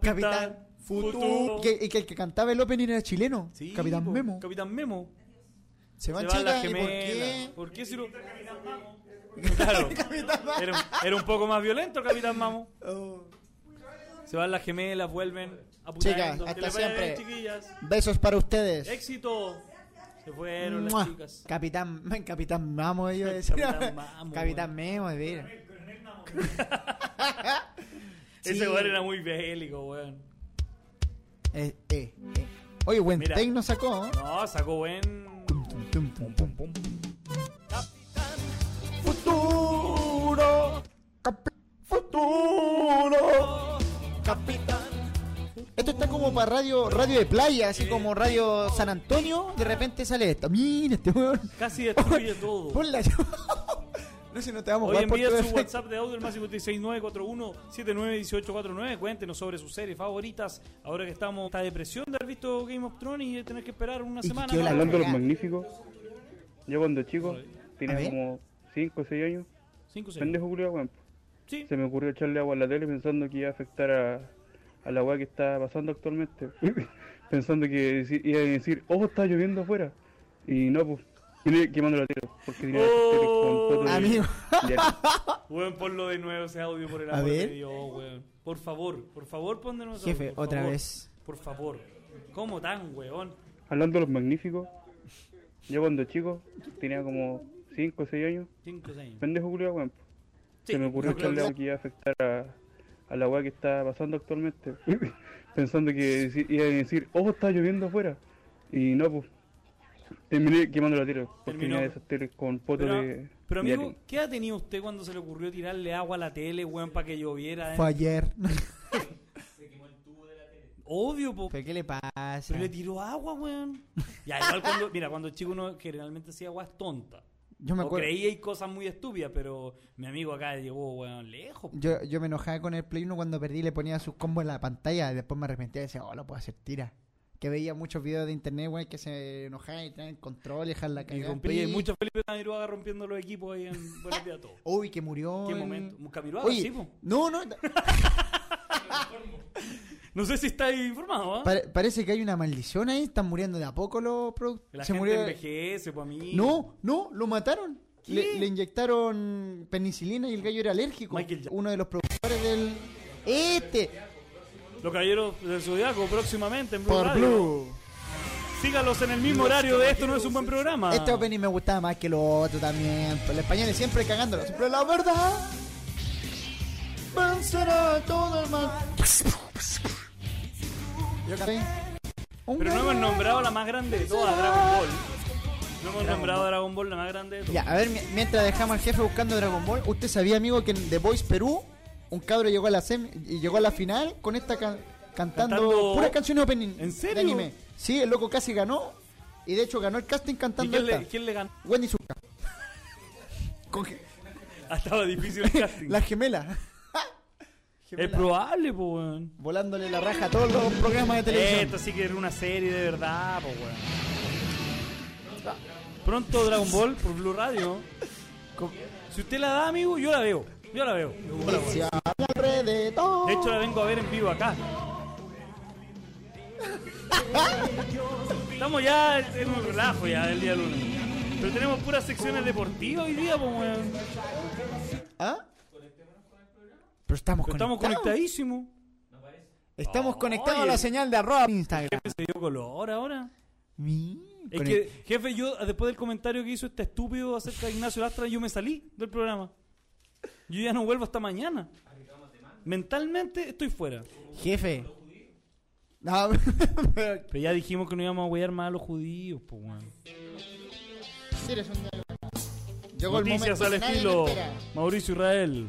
B: Capitán
A: Futuro.
B: Y que, y que el que cantaba el opening era chileno.
A: Sí,
B: Capitán
A: po,
B: Memo.
A: Capitán Memo.
B: Se van
A: Se van las
B: chicas, ¿y por
A: gemelas.
B: qué?
A: ¿Por qué si lo.? Claro. Era, un- era un poco más violento el Capitán Mamo. Se van las gemelas, vuelven a
B: Oh. Chicas,
A: Que
B: hasta
A: les vaya bien,
B: siempre.
A: chiquillas.
B: Besos para ustedes.
A: Éxito. Se fueron
B: Mua.
A: las chicas.
B: Capitán, Capitán Mamo, yo decía.
A: Capitán Mamo,
B: Capitán Memo, mira. Sí.
A: Ese lugar era muy bélico, weón.
B: Eh, eh, eh. Oye, buen
A: Mira.
B: take nos sacó. ¿eh?
A: No, sacó buen.
B: Tum, tum, tum, tum, tum, pum.
X: Futuro, capi- futuro, capitán.
B: Esto está como para radio radio de playa, así como radio San Antonio. De repente sale esto. Mira este weón.
A: Casi destruye todo.
B: Ponla yo. No sé, no te vamos a
A: Hoy
B: jugar por
A: envía
B: tu
A: su
B: defecto.
A: WhatsApp de audio al más 56941791849. Cuéntenos sobre sus series favoritas. Ahora que estamos esta depresión de haber visto Game of Thrones y de tener que esperar una
B: Y que
A: semana.
B: quedó
A: más.
B: la
D: Hablando de los
B: cagá.
D: magníficos, yo cuando chico tenía como 5 o 6 años.
A: Cinco, seis.
D: Pendejo culiao, weón.
A: Sí.
D: Se me ocurrió echarle agua a la tele pensando que iba a afectar a, a la weá que está pasando actualmente. pensando que deci- iba a decir, oh, está lloviendo afuera. Y no, pues. Tiene quemando la tele. Porque tenía tele con todo de-
A: Amigo.
D: de-
A: Weón, ponlo de nuevo ese audio por el
B: A
A: amor de
B: ver.
A: Dios, weón. Por favor, por favor, pon de nuevo ese
B: Jefe,
A: audio, por
B: otra
A: favor.
B: vez.
A: Por favor. ¿Cómo tan, weón?
D: Hablando de los magníficos, yo cuando chico tenía como 5 o 6 años.
A: Cinco, seis.
D: Pendejo culiao, weón.
A: Sí,
D: Se me ocurrió
A: yo creo
D: echarle
A: que-
D: algo que iba a afectar a, a la weá que está pasando actualmente. Pensando que deci- iba a decir, oh, está lloviendo afuera. Y no, pues. Terminé quemando la tele. Porque
A: Terminó.
D: tenía esas teles con poto
A: Pero-
D: de.
A: Pero
D: de
A: amigo,
D: alien.
A: ¿qué edad tenía usted cuando se le ocurrió tirarle agua a la tele, weón, para que lloviera? eh?
B: Fue ayer.
A: Obvio, po.
B: ¿Pero qué le pasa?
A: Pero le tiró agua, weón. Ya, igual cuando, mira, cuando chico uno generalmente hacía aguas tontas.
B: Yo me
A: O
B: acuerdo-
A: creía y cosas muy estúpidas, pero mi amigo acá llegó, weón, lejos. po.
B: Yo, yo me enojaba con el Play 1 cuando perdí le ponía sus combos en la pantalla. Y después me arrepentía y decía, oh, lo puedo hacer tira. Que veía muchos videos de internet, güey, que se enojaban y traen control y dejan la
A: Y
B: cagada.
A: rompí, y hay mucho Felipe Camiruaga rompiendo los equipos ahí en Buenos Días a Todos.
B: Uy, que murió.
A: ¿Qué
B: en-
A: momento? Camiruaga,
B: Oye,
A: sí, po.
B: no, no.
A: No sé si está informado, ¿ah?
B: pare- parece que hay una maldición ahí. Están muriendo de a poco los productos.
A: La
B: se
A: gente
B: murió.
A: envejece, pues, amigo.
B: No, no, lo mataron. Le, le inyectaron penicilina y el gallo era alérgico. Uno de los productores del. Este.
A: Los caballeros del Zodiaco próximamente en Blue
B: Por
A: Radio.
B: Blue.
A: Sígalos en el mismo horario de Esto No Es Un Buen Programa.
B: Este opening me gustaba más que lo otro también. Pero los españoles siempre cagándolo. Siempre la verdad. Vencerá todo el mal. ¿Sí? Un
A: Pero no hemos
B: guerrero.
A: nombrado la más grande de todas, Dragon Ball. No hemos nombrado a Dragon Ball la más grande de todas.
B: Ya, a ver, mi- mientras dejamos al jefe buscando Dragon Ball, ¿usted sabía, amigo, que en The Voice Perú un cabro llegó a la semi- y llegó a la final con esta can- cantando,
A: Cantando-
B: puras canciones opening
A: ¿En serio?
B: de anime? Sí, el loco casi ganó y de hecho ganó el casting
A: ¿Y
B: cantando
A: quién le,
B: esta.
A: quién le ganó?
B: Wendy Zucca,
A: Ah, estaba difícil el casting.
B: la gemela.
A: Es probable, po, weón.
B: Volándole la raja a todos los programas
A: Eh,
B: de televisión.
A: Esto sí que era una serie de verdad, po, weón. Pronto Dragon Ball por Blue Radio. Si usted la da, amigo, yo la veo. Yo la veo. Yo la veo.
B: Se habla alrededor.
A: De hecho, la vengo a ver en vivo acá. Estamos ya en un relajo ya del día lunes. Pero tenemos puras secciones deportivas hoy día, pues, weón.
B: ¿Ah? Pero estamos
A: Pero estamos conectadísimos.
B: Estamos conectados a
A: Oye.
B: la señal de arroba en Instagram.
A: Se dio color ahora. Es
B: Con
A: que, jefe, yo después del comentario que hizo este estúpido acerca de Ignacio Lastra, yo me salí del programa. Yo ya no vuelvo hasta mañana. Mentalmente estoy fuera.
B: Jefe. No, pero-
A: Pero ya dijimos que no íbamos a huear más a los judíos, pues, weón.
B: Eres un diablo. Llegó el
A: Noticias
B: momento
A: al
B: que nadie
A: estilo
B: espera.
A: Mauricio Israel.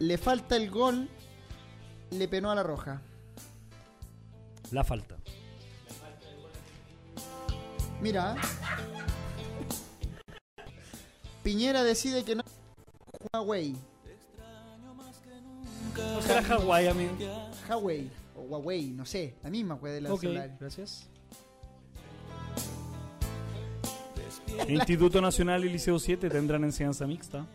B: Le falta el gol. Le penó a la roja.
A: La falta.
B: Mira. Piñera decide que no Huawei.
A: No será Hawái, amigo.
B: Huawei o Huawei, no sé, la misma weá de la
A: Ok,
B: celular.
A: gracias. Instituto Nacional y Liceo 7 tendrán enseñanza mixta.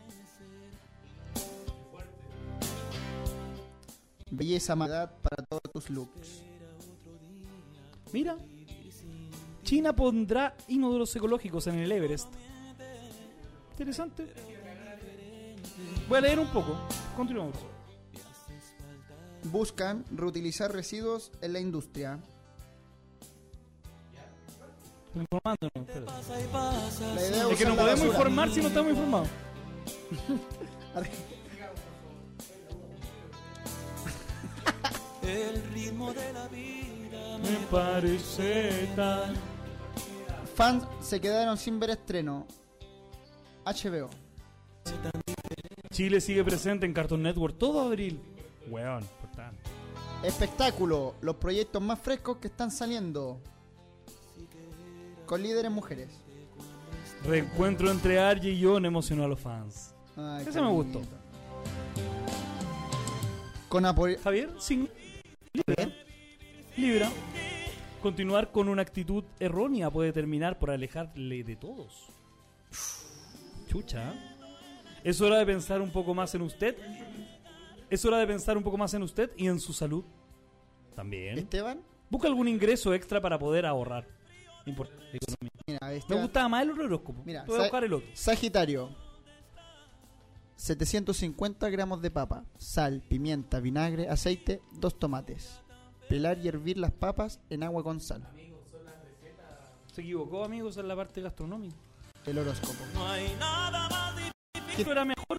B: Belleza maldad para todos tus looks.
A: Mira. China pondrá inodoros ecológicos en el Everest. Interesante. Voy a leer un poco. Continuamos.
B: Buscan reutilizar residuos en la industria.
A: Estoy informándonos, espérate.
B: La idea
A: Es
B: es
A: que
B: usar
A: no
B: la
A: podemos
B: basura.
A: informar si no estamos informados.
R: El ritmo de la vida
A: me parece tan.
B: Fans se quedaron sin ver estreno. HBO.
A: Chile sigue presente en Cartoon Network todo abril. Weón, importante.
B: Espectáculo, los proyectos más frescos que están saliendo. Con líderes mujeres.
A: Reencuentro entre Argy y John emocionó a los fans.
B: Ay,
A: Ese
B: qué
A: me
B: bonito.
A: gustó.
B: Con apoyo.
A: Javier, sin. Libra. Libra. Continuar con una actitud errónea puede terminar por alejarle de todos. Chucha. Es hora de pensar un poco más en usted. Es hora de pensar un poco más en usted y en su salud. También.
B: Esteban.
A: Busca algún ingreso extra para poder ahorrar. Import- economía.
B: Mira,
A: Me
B: Esteban-
A: gustaba más el otro horóscopo.
B: Mira,
A: Voy a
B: Sa-
A: buscar el otro.
B: Sagitario. 750 gramos de papa, sal, pimienta, vinagre, aceite, dos tomates. Pelar y hervir las papas en agua con sal.
A: Se equivocó, amigos, en la parte gastronómica.
B: El horóscopo.
A: No hay nada más difícil. Esto era mejor.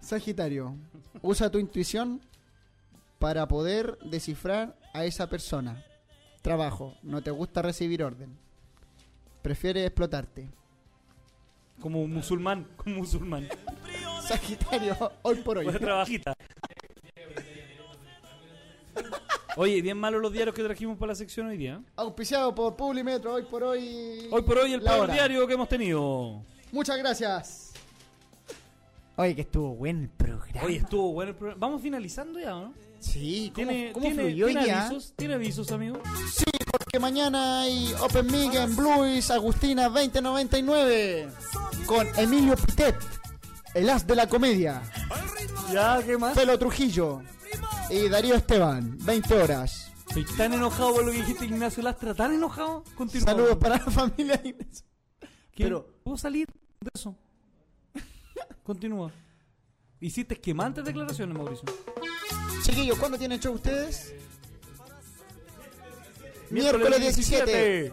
B: Sagitario, usa tu intuición para poder descifrar a esa persona. Trabajo, no te gusta recibir orden. Prefieres explotarte.
A: Como un musulmán, como un musulmán.
B: Sagitario, hoy por hoy.
A: Buena trabajita. Oye, bien malos los diarios que trajimos para la sección hoy día.
B: Auspiciado por Publimetro, hoy por hoy.
A: Hoy por hoy el
B: La
A: peor
B: hora.
A: diario que hemos tenido.
B: Muchas gracias.
A: Oye, que estuvo buen el programa. Oye, estuvo bueno el programa. Vamos finalizando ya, ¿no?
B: Sí, ¿cómo-
A: ¿Tiene,
B: cómo
A: tiene,
B: fluyó hoy
A: tiene
B: día?
A: avisos? ¿Tiene avisos, amigo?
B: Sí, porque mañana hay Open Mic en Blues, Agustina 2099. Con Emilio Pitet, el as de la comedia.
A: Ya, ¿qué más?
B: Pelo Trujillo. Y Darío Esteban, 20 horas.
A: Estoy tan enojado por lo que dijiste, Ignacio Lastra. ¿Tan enojado? Continúa.
B: Saludos para la familia de Ignacio.
A: ¿Qué?
B: Pero-
A: ¿Puedo salir de eso? Continúa. Hiciste quemantes declaraciones, Mauricio.
B: Chiquillos, ¿cuándo tienen show ustedes? Miércoles 17.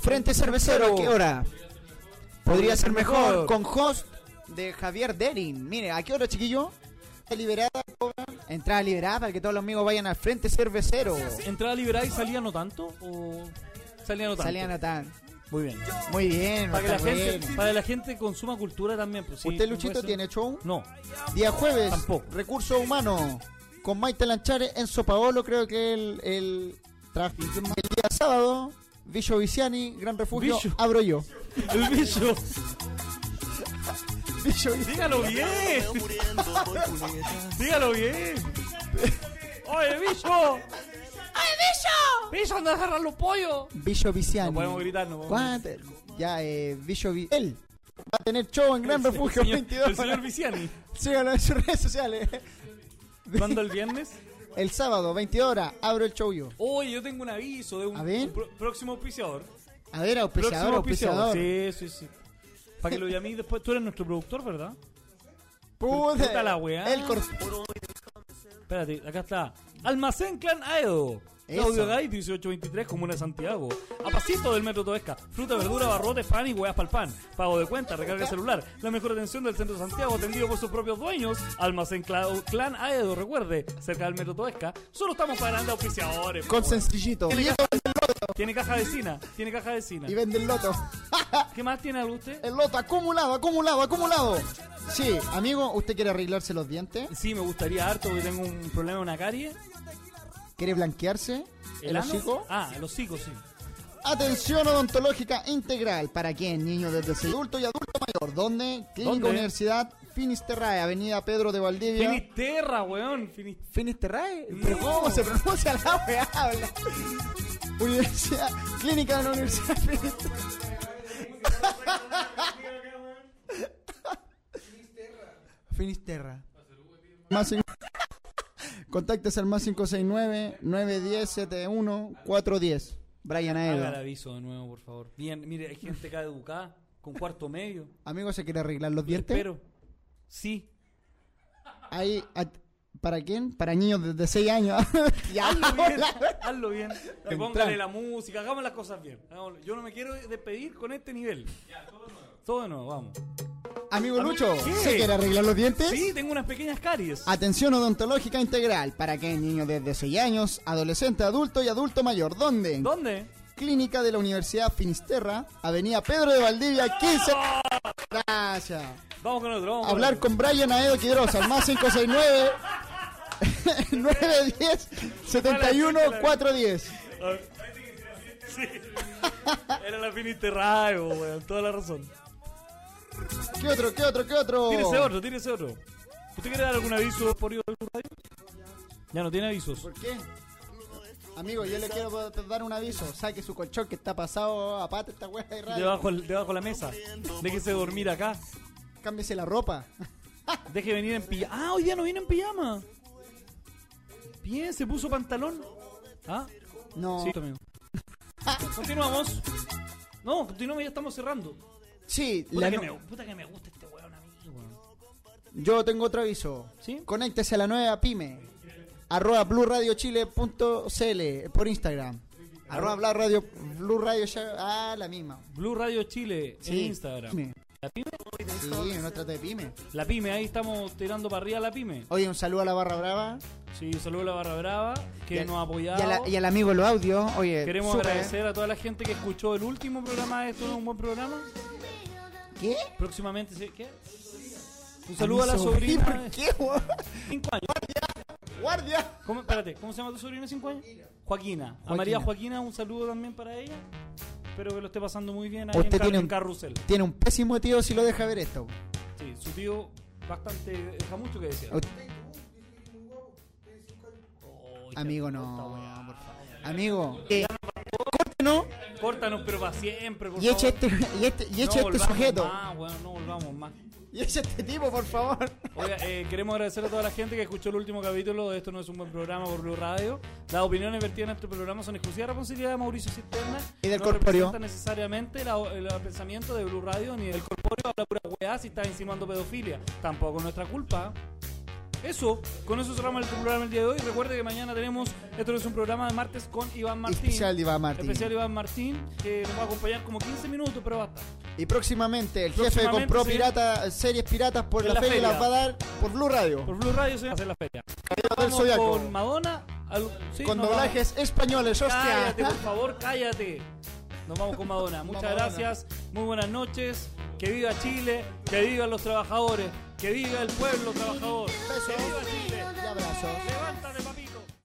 B: Frente Cervecero, ¿qué hora? Podría ser mejor. Con host de Javier Derin. Mire, ¿a qué hora, chiquillo? Entrada Liberada, cobra. Entrada liberada para que todos los amigos vayan al Frente Cervecero.
A: ¿Entrada liberada y salía no tanto? ¿O salía no tanto?
B: Salían a tan.
A: Muy bien.
B: Muy bien,
A: Para que, la
B: está
A: gente,
B: bueno.
A: para que la gente consuma cultura también. pues, sí,
B: ¿Usted, Luchito,
A: puede ser.
B: tiene show?
A: No.
B: Día jueves, Recursos Humanos, con Maite Lanchare, Enzo Paolo, creo que el, el, tra- el día sábado, Villo Viciani, Gran Refugio,
A: Villo.
B: abro yo.
A: El Villo.
B: Villo
A: Dígalo bien. Dígalo bien. ¡Oye, bicho!
E: bicho! ¡Bicho, anda a agarrar los pollos!
B: Villo Viciani.
A: No podemos gritar, no podemos
B: ¿Cuánto? Ya, eh, Villo Vi- Él va a tener show en Gran Refugio
A: el señor,
B: 22.
A: El señor Viciani.
B: Síganlo en sus redes sociales.
A: ¿Cuándo el viernes?
B: El sábado, 22 horas, abro el show yo.
A: Oye, yo tengo un aviso de un,
B: A ver.
A: un pro- próximo auspiciador.
B: A ver, auspiciador,
A: Próximo auspiciador.
B: auspiciador.
A: Sí, sí, sí. Para que lo llaméis después. Tú eres nuestro productor, ¿verdad?
B: Pude.
A: Puta la weá.
B: El cor-
A: Espérate, acá está. Almacén Clan Aedo.
B: Eso.
A: Claudio Gay, 1823, Comuna de Santiago. A pasito del metro Toesca. Fruta, verdura, barrotes, pan y hueás pa'l pan. Pago de cuenta, recarga celular. La mejor atención del centro de Santiago, atendido por sus propios dueños. Almacén Clau- Clan Aedo, recuerde, cerca del metro Toesca. Solo estamos para grandes auspiciadores.
B: Con
A: po, weón.
B: sencillito.
A: Tiene
B: Y
A: caja, tiene caja vecina, tiene caja vecina.
B: Y vende el loto. Ah,
A: ¿Qué más tiene algo usted?
B: El loto acumulado, acumulado, acumulado. Sí, amigo, ¿usted quiere arreglarse los dientes?
A: Sí, me gustaría harto porque tengo un problema, una carie.
B: ¿Quiere blanquearse? ¿El
A: ano?
B: hocico?
A: Ah, el hocico, sí.
B: Atención odontológica integral. ¿Para quién? Niños desde 6 adulto y adulto mayor. ¿Dónde? Clínica
A: ¿Dónde?
B: Universidad Finisterrae, Avenida Pedro de Valdivia.
A: Finisterra, weón. Mm. Fini-
B: ¿Finisterrae? ¿Pero cómo se pronuncia la weá? Habla. Universidad, Clínica de la Universidad Finisterrae. Finisterra. Más cin- Contáctese al más 569 910 71 410. Brian
A: Haga el
B: Aedo.
A: aviso de nuevo, por favor. Bien, mire, hay gente acá educada, con cuarto medio.
B: Amigo, ¿se quiere arreglar los dientes?
A: Pero, sí.
B: Ahí, at- ¿Para quién? Para niños desde 6 años. ya,
A: hazlo bien,
B: hola.
A: hazlo bien.
B: Entra.
A: Póngale la música, hagamos las cosas bien. Hagámoslo. Yo no me quiero despedir con este nivel. todo de nuevo. vamos.
B: Amigo
A: Ami-
B: Lucho,
A: ¿Qué?
B: ¿se quiere arreglar los dientes?
A: Sí, tengo unas pequeñas caries.
B: Atención odontológica integral. ¿Para qué? Niños desde 6 años, adolescente, adulto y adulto mayor. ¿Dónde?
A: ¿Dónde?
B: Clínica de la Universidad Finisterra, Avenida Pedro de Valdivia, 15. Gracias.
A: Vamos con otro, vamos
B: Hablar con Brian Aedo Quidrosa, al más 569 910 71 410.
A: con otro. Sí. Era la Finisterra, weón, toda la razón.
B: ¿Qué otro? ¿Qué otro? ¿Qué otro?
A: Tírese otro, tírese otro. ¿Usted quiere dar algún aviso por ido al radio? Ya no tiene avisos.
B: ¿Por qué? Amigo, yo le quiero dar un aviso. Saque su colchón que está pasado a pata esta weá de radio.
A: Debajo, debajo de la mesa. Déjese dormir acá.
B: Cámbiese la ropa.
A: Deje venir en pijama. Ah, hoy día no viene en pijama. Bien, se puso pantalón. ¿Ah?
B: No.
A: Sí, amigo. Continuamos. No, continuamos, ya estamos cerrando.
B: Sí,
A: Puta,
B: la
A: que,
B: no-
A: me, puta que me gusta este weón a mí, weón.
B: Yo tengo otro aviso. Conéctese a la nueva pyme. Arroba bluradiochile.cl por Instagram. Arroba bla radio, Blue Radio Ch- Ah, la misma.
A: Blue Radio Chile en
B: Sí.
A: Instagram.
B: Pyme.
A: ¿La pyme?
B: Sí, no trata de pyme.
A: La pyme, ahí estamos tirando para arriba la pyme.
B: Oye, un saludo a la barra brava.
A: Sí, un saludo a la barra brava que
B: Y al-
A: nos ha
B: Y,
A: apoyado.
B: a la- y al amigo Lo Audio. Oye,
A: Queremos
B: súper.
A: agradecer a toda la gente que escuchó el último programa de esto, ¿no? un buen programa.
B: ¿Qué?
A: Próximamente, se- ¿qué? Un
B: A
A: saludo a,
B: mi
A: la sobrina.
B: sobrina, ¿por
A: de
B: qué, weón?
A: Cinco años.
B: ¡Guardia!
A: ¿Cómo, espérate, ¿cómo se llama tu sobrina de cinco años? Joaquina. A
B: Joaquina.
A: María Joaquina, un saludo también para ella. Espero que lo esté pasando muy bien ahí en,
B: Usted
A: Car-
B: tiene
A: en
B: un,
A: Carrusel.
B: tiene un pésimo tío si lo deja ver esto.
A: Sí, su tío bastante. deja mucho que decir.
B: Ut- Amigo, no. por favor. Amigo, eh, córtenos
A: Córtanos, pero para siempre, por
B: y eche
A: favor.
B: este, y este, y
A: No
B: eche este
A: volvamos
B: sujeto.
A: más, weón, no volvamos más.
B: Y eche este tipo, por favor.
A: Oiga, eh, queremos agradecer a toda la gente que escuchó el último capítulo de Esto no es un buen programa por Blue Radio. Las opiniones vertidas en este programa son exclusiva responsabilidad de Mauricio Cisterna.
B: Y del
A: no
B: corpóreo.
A: representan necesariamente la- el pensamiento de Blue Radio ni del corpóreo habla pura weá si está insinuando pedofilia. Tampoco es nuestra culpa. Eso, con eso cerramos el programa el día de hoy. Recuerde que mañana tenemos Esto no es un programa de martes con Iván Martín.
B: Especial de Iván Martín.
A: Especial Iván Martín, que nos va a acompañar como 15 minutos, pero basta.
B: Y próximamente el jefe
A: Próximamente
B: compró
A: se-
B: pirata, series piratas por
A: en
B: la,
A: la
B: feria y
A: feria.
B: las va a dar por Blue Radio.
A: Por Blue Radio se va a hacer la feria.
B: del
A: Vamos
B: Zodiaco.
A: con Madonna. al- sí,
B: con
A: nos vamos.
B: doblajes españoles, hostia.
A: Cállate, por favor, cállate. Nos vamos con Madonna. Muchas
B: Madonna.
A: gracias, muy buenas noches. Que viva Chile, que vivan los trabajadores, que viva el pueblo trabajador.
B: Besos y abrazos.
A: Levántate, papi.